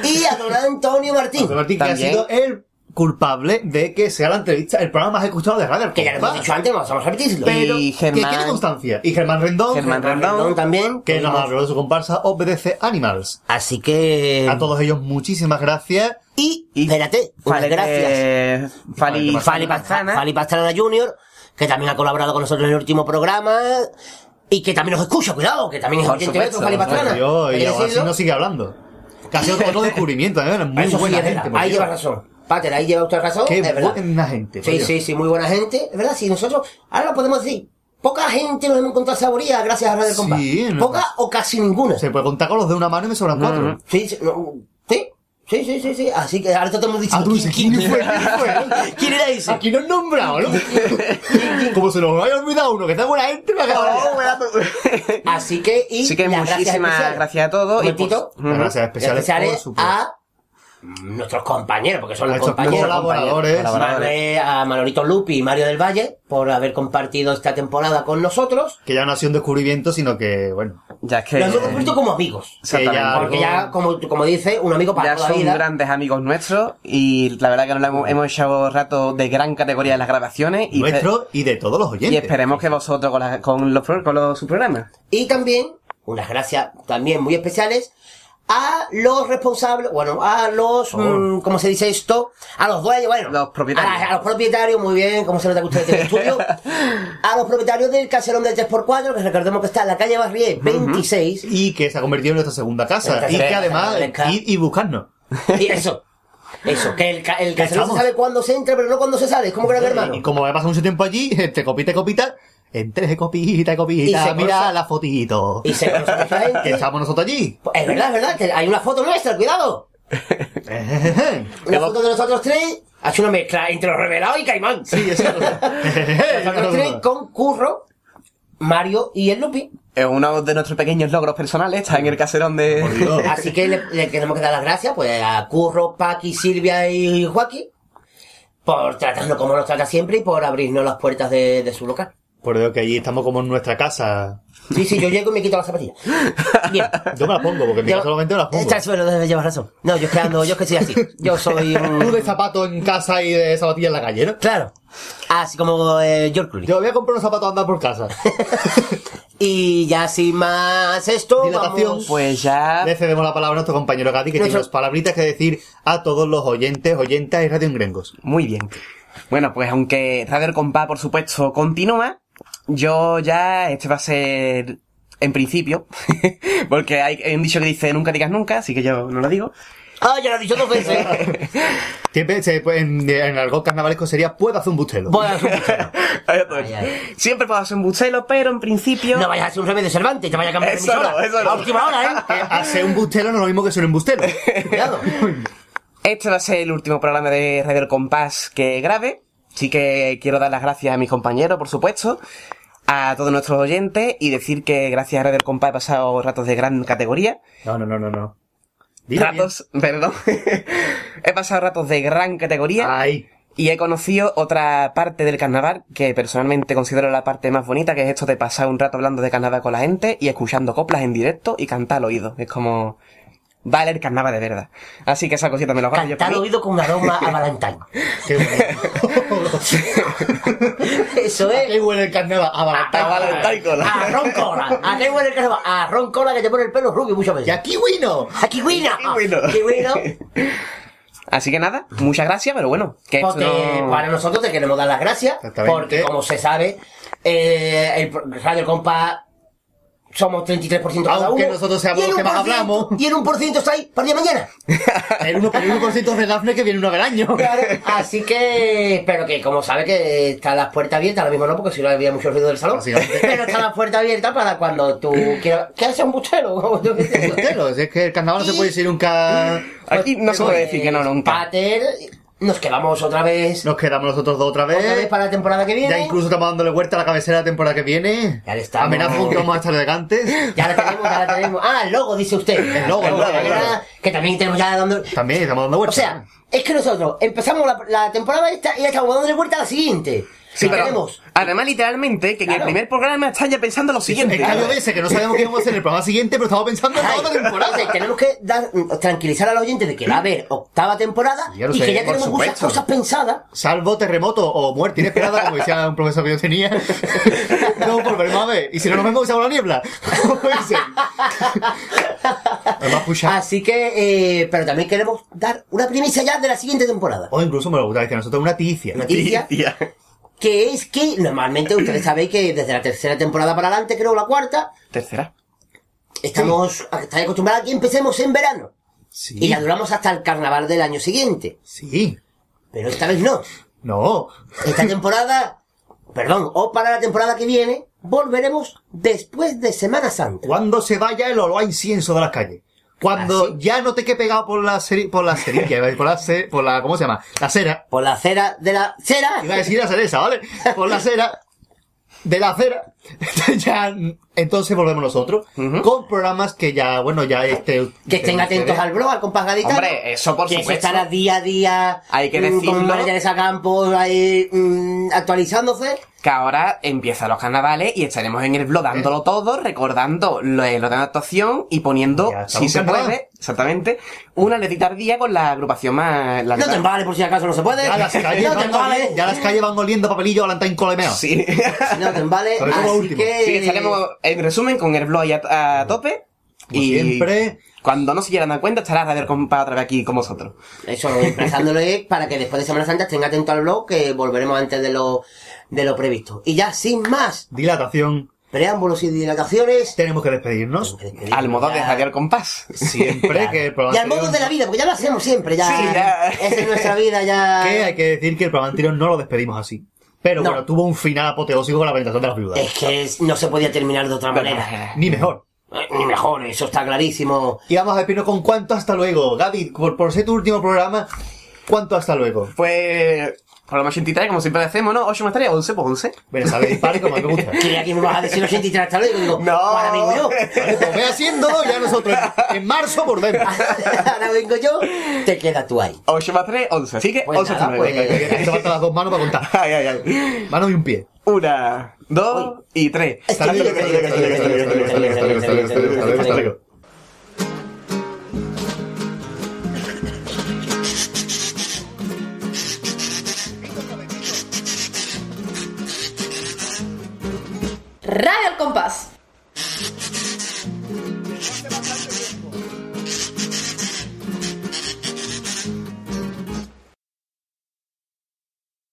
Speaker 3: y a don Antonio Martín.
Speaker 1: José Martín, que ha sido el culpable de que sea la entrevista, el programa más escuchado de radio. Que ya
Speaker 3: lo hemos dicho antes, vamos a repetirlo.
Speaker 1: Pero,
Speaker 3: Y
Speaker 1: Que
Speaker 3: Germán-
Speaker 1: tiene constancia. Y Germán Rendón.
Speaker 3: Germán Rendón también.
Speaker 1: Que nos
Speaker 3: Tuvimos-
Speaker 1: habló de su comparsa Obedece Animals.
Speaker 3: Así que...
Speaker 1: A todos ellos muchísimas gracias.
Speaker 3: Y, espérate, unas
Speaker 1: Fali-
Speaker 3: Pues
Speaker 2: eh,
Speaker 3: gracias. Fali, Fali Pastrana. Fali Pastrana Junior, que también ha colaborado con nosotros en el último programa. Y que también nos escucha, cuidado, que también es
Speaker 1: Por
Speaker 3: oyente nuestro, Fali Pastrana.
Speaker 1: Dios, y
Speaker 3: ¿Queréis
Speaker 1: aún así
Speaker 3: decirlo?
Speaker 1: no sigue hablando. Casi otro descubrimiento, ¿eh? Muy
Speaker 3: Eso sí
Speaker 1: buena
Speaker 3: es verdad.
Speaker 1: gente. por
Speaker 3: Ahí
Speaker 1: Dios.
Speaker 3: lleva razón. Pater, ahí lleva usted razón.
Speaker 1: Qué
Speaker 3: es verdad.
Speaker 1: buena gente. por
Speaker 3: Sí,
Speaker 1: Dios.
Speaker 3: sí, sí, muy buena gente. Es verdad, sí, nosotros, ahora lo podemos decir, poca gente nos hemos encontrado saboría gracias a Radio del Compás.
Speaker 1: Sí, no-
Speaker 3: poca o casi ninguna.
Speaker 1: Se puede contar con los de una mano y me sobran cuatro.
Speaker 3: Sí, sí, no, sí, sí, sí, sí, sí. Así que ahora te hemos dicho.
Speaker 1: Ah, ¿quién, fue? Ah,
Speaker 3: ¿Quién era ese?
Speaker 1: Aquí no han nombrado, ¿no? Como se nos haya olvidado uno, que está buena gente, me
Speaker 3: Oh,
Speaker 1: acabo de-
Speaker 3: Así que, y
Speaker 2: Así que
Speaker 3: las
Speaker 2: muchísimas
Speaker 3: especiales.
Speaker 2: gracias a todos. Y
Speaker 3: Momentito.
Speaker 2: por- Ujú.
Speaker 1: Gracias especiales por
Speaker 3: Especiales
Speaker 1: su-
Speaker 3: a Mm, nuestros compañeros, porque son los
Speaker 1: Nuestros
Speaker 3: compañeros.
Speaker 1: colaboradores.
Speaker 3: compañeros. Manuel- a Manolito Lupi y Mario del Valle por haber compartido esta temporada con nosotros.
Speaker 1: Que ya no ha sido un descubrimiento, sino que, bueno.
Speaker 2: Ya es
Speaker 3: Los hemos descubierto como amigos. Porque ya, como, como dice, un amigo para
Speaker 2: Ya
Speaker 3: toda la
Speaker 2: son
Speaker 3: vida.
Speaker 2: grandes amigos nuestros y la verdad que nos la hemos, hemos echado rato de gran categoría en las grabaciones. Y
Speaker 1: Nuestro y de todos los oyentes.
Speaker 2: Y esperemos que vosotros con, las- con los, pro- con los, sus programas.
Speaker 3: Y también, unas gracias también muy especiales a los responsables, bueno, a los, mm, ¿cómo se dice esto? A los dueños, bueno. Los
Speaker 2: propietarios.
Speaker 3: A, a los propietarios, muy bien, ¿cómo se nota que ustedes tienen estudio? a los propietarios del caserón del 3x4, que recordemos que está en la calle Barrié 26.
Speaker 1: Y que se ha convertido en nuestra segunda casa.
Speaker 3: Nuestra
Speaker 1: Y que
Speaker 3: segunda
Speaker 1: además,
Speaker 3: casa.
Speaker 1: y, y buscarnos.
Speaker 3: Y eso, eso, que el, ca- el
Speaker 1: Que
Speaker 3: caserón se
Speaker 1: estamos.
Speaker 3: sabe cuándo se entra, pero no cuándo se sale. Es como que era mi hermano.
Speaker 1: Y como he pasado mucho tiempo allí, te copita, copita, entre copita,
Speaker 3: Y
Speaker 1: copita,
Speaker 3: se
Speaker 1: mira
Speaker 3: conoce-
Speaker 1: la fotito.
Speaker 3: Y se conoce mucha gente.
Speaker 1: Que estamos nosotros allí.
Speaker 3: Pues, Es verdad, es verdad, que hay una foto nuestra, cuidado. una foto de nosotros tres, hace una mezcla entre los revelados y Caimán. Sí, es nosotros tres con Curro, Mario y el Lupi.
Speaker 2: Es uno de nuestros pequeños logros personales, está en el caserón de...
Speaker 1: Oh.
Speaker 3: Así que le, le tenemos que dar las gracias pues, a Curro, Paqui, Silvia y Joaquín por tratarnos como nos trata siempre y por abrirnos las puertas de, de su local.
Speaker 1: Por Dios, que allí estamos como en nuestra casa.
Speaker 3: Sí, sí, yo llego y me quito las zapatillas.
Speaker 1: Yo me la pongo, porque en mi
Speaker 3: Yo-
Speaker 1: casa solamente me la pongo.
Speaker 3: Estás bueno, llevas razón. No, yo es que ando- yo es que soy así. Yo soy un...
Speaker 1: Tú de zapato en casa y de zapatilla en la calle, ¿no?
Speaker 3: Claro. Así como eh, George Clooney.
Speaker 1: Yo voy a comprar unos zapatos a andar por casa.
Speaker 3: Y ya sin más esto, vamos...
Speaker 2: Pues ya...
Speaker 1: Le cedemos la palabra a nuestro compañero Gadi, que tiene
Speaker 2: Nuestro-
Speaker 1: unas palabritas que decir a todos los oyentes, oyentas y Radio Ingrengos.
Speaker 2: Muy bien. Bueno, pues aunque Radio El Compás, por supuesto, continúa, yo ya, este va a ser, en principio, porque hay, hay un dicho que dice nunca digas nunca, así que yo no lo digo.
Speaker 3: Ah, ya lo he dicho dos veces.
Speaker 1: Siempre se- pues, en, en algo carnavalesco sería puedo hacer un bustelo.
Speaker 3: Puedo hacer un
Speaker 1: bustelo.
Speaker 2: Siempre puedo hacer un bustelo, pero en principio...
Speaker 3: No vayas a hacer un revés de Cervantes, te vayas a cambiar de
Speaker 2: Eso
Speaker 3: emisora.
Speaker 2: no, eso no.
Speaker 3: A última hora, ¿eh?
Speaker 1: Hacer un bustelo no es lo mismo que ser un bustelo.
Speaker 2: Este va a ser el último programa de Radio El Compás que grabe. Así que quiero dar las gracias a mis compañeros, por supuesto, a todos nuestros oyentes y decir que gracias a Radio El Compás he pasado ratos de gran categoría.
Speaker 1: No, no, no, no, no.
Speaker 2: ratos, perdón. he pasado ratos de gran
Speaker 1: Ah.
Speaker 2: categoría. Y he conocido otra parte del carnaval que personalmente considero la parte más bonita, que es esto de pasar un rato hablando de carnaval con la gente y escuchando coplas en directo y cantar al oído. Es como... Vale el carnaval de verdad. Así que esa cosita me lo gano yo
Speaker 3: Te han
Speaker 2: para mí.
Speaker 3: oído con aroma a Valentine. Eso es.
Speaker 1: Qué huele el carnaval. A Valentine.
Speaker 2: A Valentine Cola.
Speaker 3: A Ron Cola. ¿A qué huele el carnaval? A Ron Cola que te pone el pelo rubio muchas veces. Y a
Speaker 1: Kiwino.
Speaker 3: A Kiwino.
Speaker 2: Kiwino.
Speaker 3: Kiwino.
Speaker 2: Así que nada, muchas gracias, pero bueno, que esto
Speaker 3: Porque
Speaker 2: no-
Speaker 3: para nosotros te queremos dar las gracias.
Speaker 2: Exactamente.
Speaker 3: Porque, como se sabe, eh, el pro- Radio Compa somos 33% cada
Speaker 1: Aunque
Speaker 3: uno.
Speaker 1: nosotros seamos
Speaker 3: Y el
Speaker 1: los que más
Speaker 3: 1%
Speaker 1: hablamos.
Speaker 3: Y el 1% está ahí para el día de mañana.
Speaker 1: El 1%, el 1 de Dafne que viene una vez al año.
Speaker 3: Claro, así que, pero que como sabe que está las puertas abiertas, ahora mismo no, porque si no había mucho ruido del salón. Pero está la puerta abierta para cuando tú quieras. ¿Qué hace un bustero?
Speaker 1: Bustelo, si es que el carnaval no se puede decir nunca.
Speaker 3: pues,
Speaker 2: Aquí no se puede decir que
Speaker 3: eh,
Speaker 2: no, nunca.
Speaker 3: Pater, nos quedamos otra vez.
Speaker 1: Nos quedamos nosotros dos
Speaker 2: eh.
Speaker 1: otra vez.
Speaker 3: Otra vez para la temporada que viene.
Speaker 1: Ya incluso estamos dándole vuelta a la cabecera de la temporada que viene. Ya
Speaker 3: estamos.
Speaker 1: Amenaza con que vamos a estar elegantes.
Speaker 3: Ya la tenemos, ya la tenemos. Ah, el logo, dice usted. El
Speaker 1: logo, el logo,
Speaker 3: que era-
Speaker 1: claro.
Speaker 3: Que también tenemos ya dando.
Speaker 1: También estamos dando
Speaker 3: O
Speaker 1: vueltas.
Speaker 3: sea, es que nosotros empezamos la, la temporada esta y ya estamos dando vuelta a la siguiente.
Speaker 2: Sí,
Speaker 1: Claro.
Speaker 2: pero además literalmente que en el primer programa están ya pensando lo siguiente.
Speaker 1: Es que hay veces que no sabemos qué vamos a hacer en el programa siguiente, pero estamos pensando en la otra temporada.
Speaker 3: Entonces, tenemos que dar, mm, tranquilizar a los oyentes de que va a haber octava temporada
Speaker 1: Sí, ya lo
Speaker 3: y
Speaker 1: sé,
Speaker 3: que ya
Speaker 1: por
Speaker 3: tenemos muchas
Speaker 1: supuesto.
Speaker 3: cosas pensadas.
Speaker 1: Salvo terremoto o muerte inesperada, como decía un profesor que yo tenía. No volveremos a ver. Y si no nos vemos, usamos la niebla. Pues
Speaker 3: Así que, eh, pero también queremos dar una primicia ya de la siguiente temporada.
Speaker 1: O incluso me lo gusta decir a nosotros una ticia.
Speaker 3: Una ticia. Que es que normalmente ustedes sabéis que desde la tercera temporada para adelante, creo la cuarta,
Speaker 2: Tercera.
Speaker 3: estamos estáis acostumbrados a que empecemos en verano. Y la duramos hasta el carnaval del año siguiente.
Speaker 1: Sí.
Speaker 3: Pero esta vez no.
Speaker 1: No.
Speaker 3: Esta temporada, perdón, o para la temporada que viene, volveremos después de Semana Santa.
Speaker 1: Cuando se vaya el olor a incienso de las calles.
Speaker 3: ¿Ah,
Speaker 1: Cuando ya no te quede pegado por la ceri- por la cerilla, iba a decir, por la ce- por la ¿cómo se llama? La cera.
Speaker 3: Por la cera de la cera.
Speaker 1: Iba a decir la cereza, ¿vale? Por la cera de la cera. ya entonces volvemos nosotros con programas que ya bueno, ya este
Speaker 3: Que estén atentos al blog, al compás
Speaker 1: eh,
Speaker 3: gaditano.
Speaker 2: Hombre, eso por
Speaker 3: que
Speaker 2: supuesto.
Speaker 3: estará día a día.
Speaker 2: Hay que
Speaker 3: mm,
Speaker 2: decirlo.
Speaker 3: Con María de Campos ahí mm, actualizándose.
Speaker 2: Que ahora empiezan los carnavales y estaremos en el blog dándolo todo, recordando lo de la actuación y poniendo,
Speaker 3: está
Speaker 2: si
Speaker 3: un
Speaker 2: se
Speaker 3: carnaval.
Speaker 2: puede, exactamente, una letrita al día con la agrupación más... La
Speaker 3: No te embales por si acaso no se puede.
Speaker 1: Ya las calles,
Speaker 3: no te
Speaker 1: van,
Speaker 3: embales.
Speaker 1: oliendo, ya las calles van oliendo a papelillo Valentín Colemeo.
Speaker 2: Sí.
Speaker 3: No te embales.
Speaker 1: Sobre todo
Speaker 3: Así
Speaker 1: último.
Speaker 3: que...
Speaker 2: Sí, estaremos en resumen con el blog ahí a, a tope. y
Speaker 1: siempre.
Speaker 2: Cuando no se quieran dar cuenta, estará Radio Compa otra vez aquí con vosotros.
Speaker 3: Eso, empezándolo es para que después de Semana Santa estén atentos al blog que volveremos antes de lo, de lo previsto. Y ya sin más
Speaker 1: Dilatación.
Speaker 3: preámbulos y dilataciones.
Speaker 1: Tenemos que despedirnos.
Speaker 2: Al modo de Radio Compás.
Speaker 1: Siempre que el programa
Speaker 3: y al modo
Speaker 1: anterior-
Speaker 3: de la vida, porque ya lo hacemos siempre, ya.
Speaker 1: Sí, ya.
Speaker 3: Esa es nuestra vida, ya.
Speaker 1: Que hay que decir que el programa anterior no lo despedimos así. Pero
Speaker 3: No.
Speaker 1: bueno, tuvo un final apoteósico con la presentación de las viudas.
Speaker 3: Es que es- no se podía terminar de otra manera.
Speaker 1: Ni mejor.
Speaker 3: Eh, Ni mejor, eso está clarísimo.
Speaker 1: Y vamos a despedirnos con cuánto hasta luego. Gaby, por, por ser tu último programa, ¿cuánto hasta luego?
Speaker 2: Pues, por lo más 83, como siempre hacemos, ¿no? 8 más 3, 11, pues 11.
Speaker 1: Bueno, sabéis, pare como me gusta.
Speaker 3: Quería que me vas a decir 83 hasta luego. Digo,
Speaker 2: No.
Speaker 3: Ahora vengo yo.
Speaker 1: Pues ve haciéndolo ya nosotros. En marzo volvemos.
Speaker 3: Ahora vengo yo, te quedas tú ahí.
Speaker 2: 8 más 3, 11. Así que 11 hasta luego.
Speaker 1: pues. Esto faltan las dos manos para contar.
Speaker 2: Ay, ay, ay.
Speaker 1: Mano y un pie.
Speaker 2: Una, dos y tres. Hasta luego, hasta luego, hasta luego, hasta luego, hasta luego, hasta luego, hasta luego, hasta luego, hasta luego, hasta luego.
Speaker 20: Radio El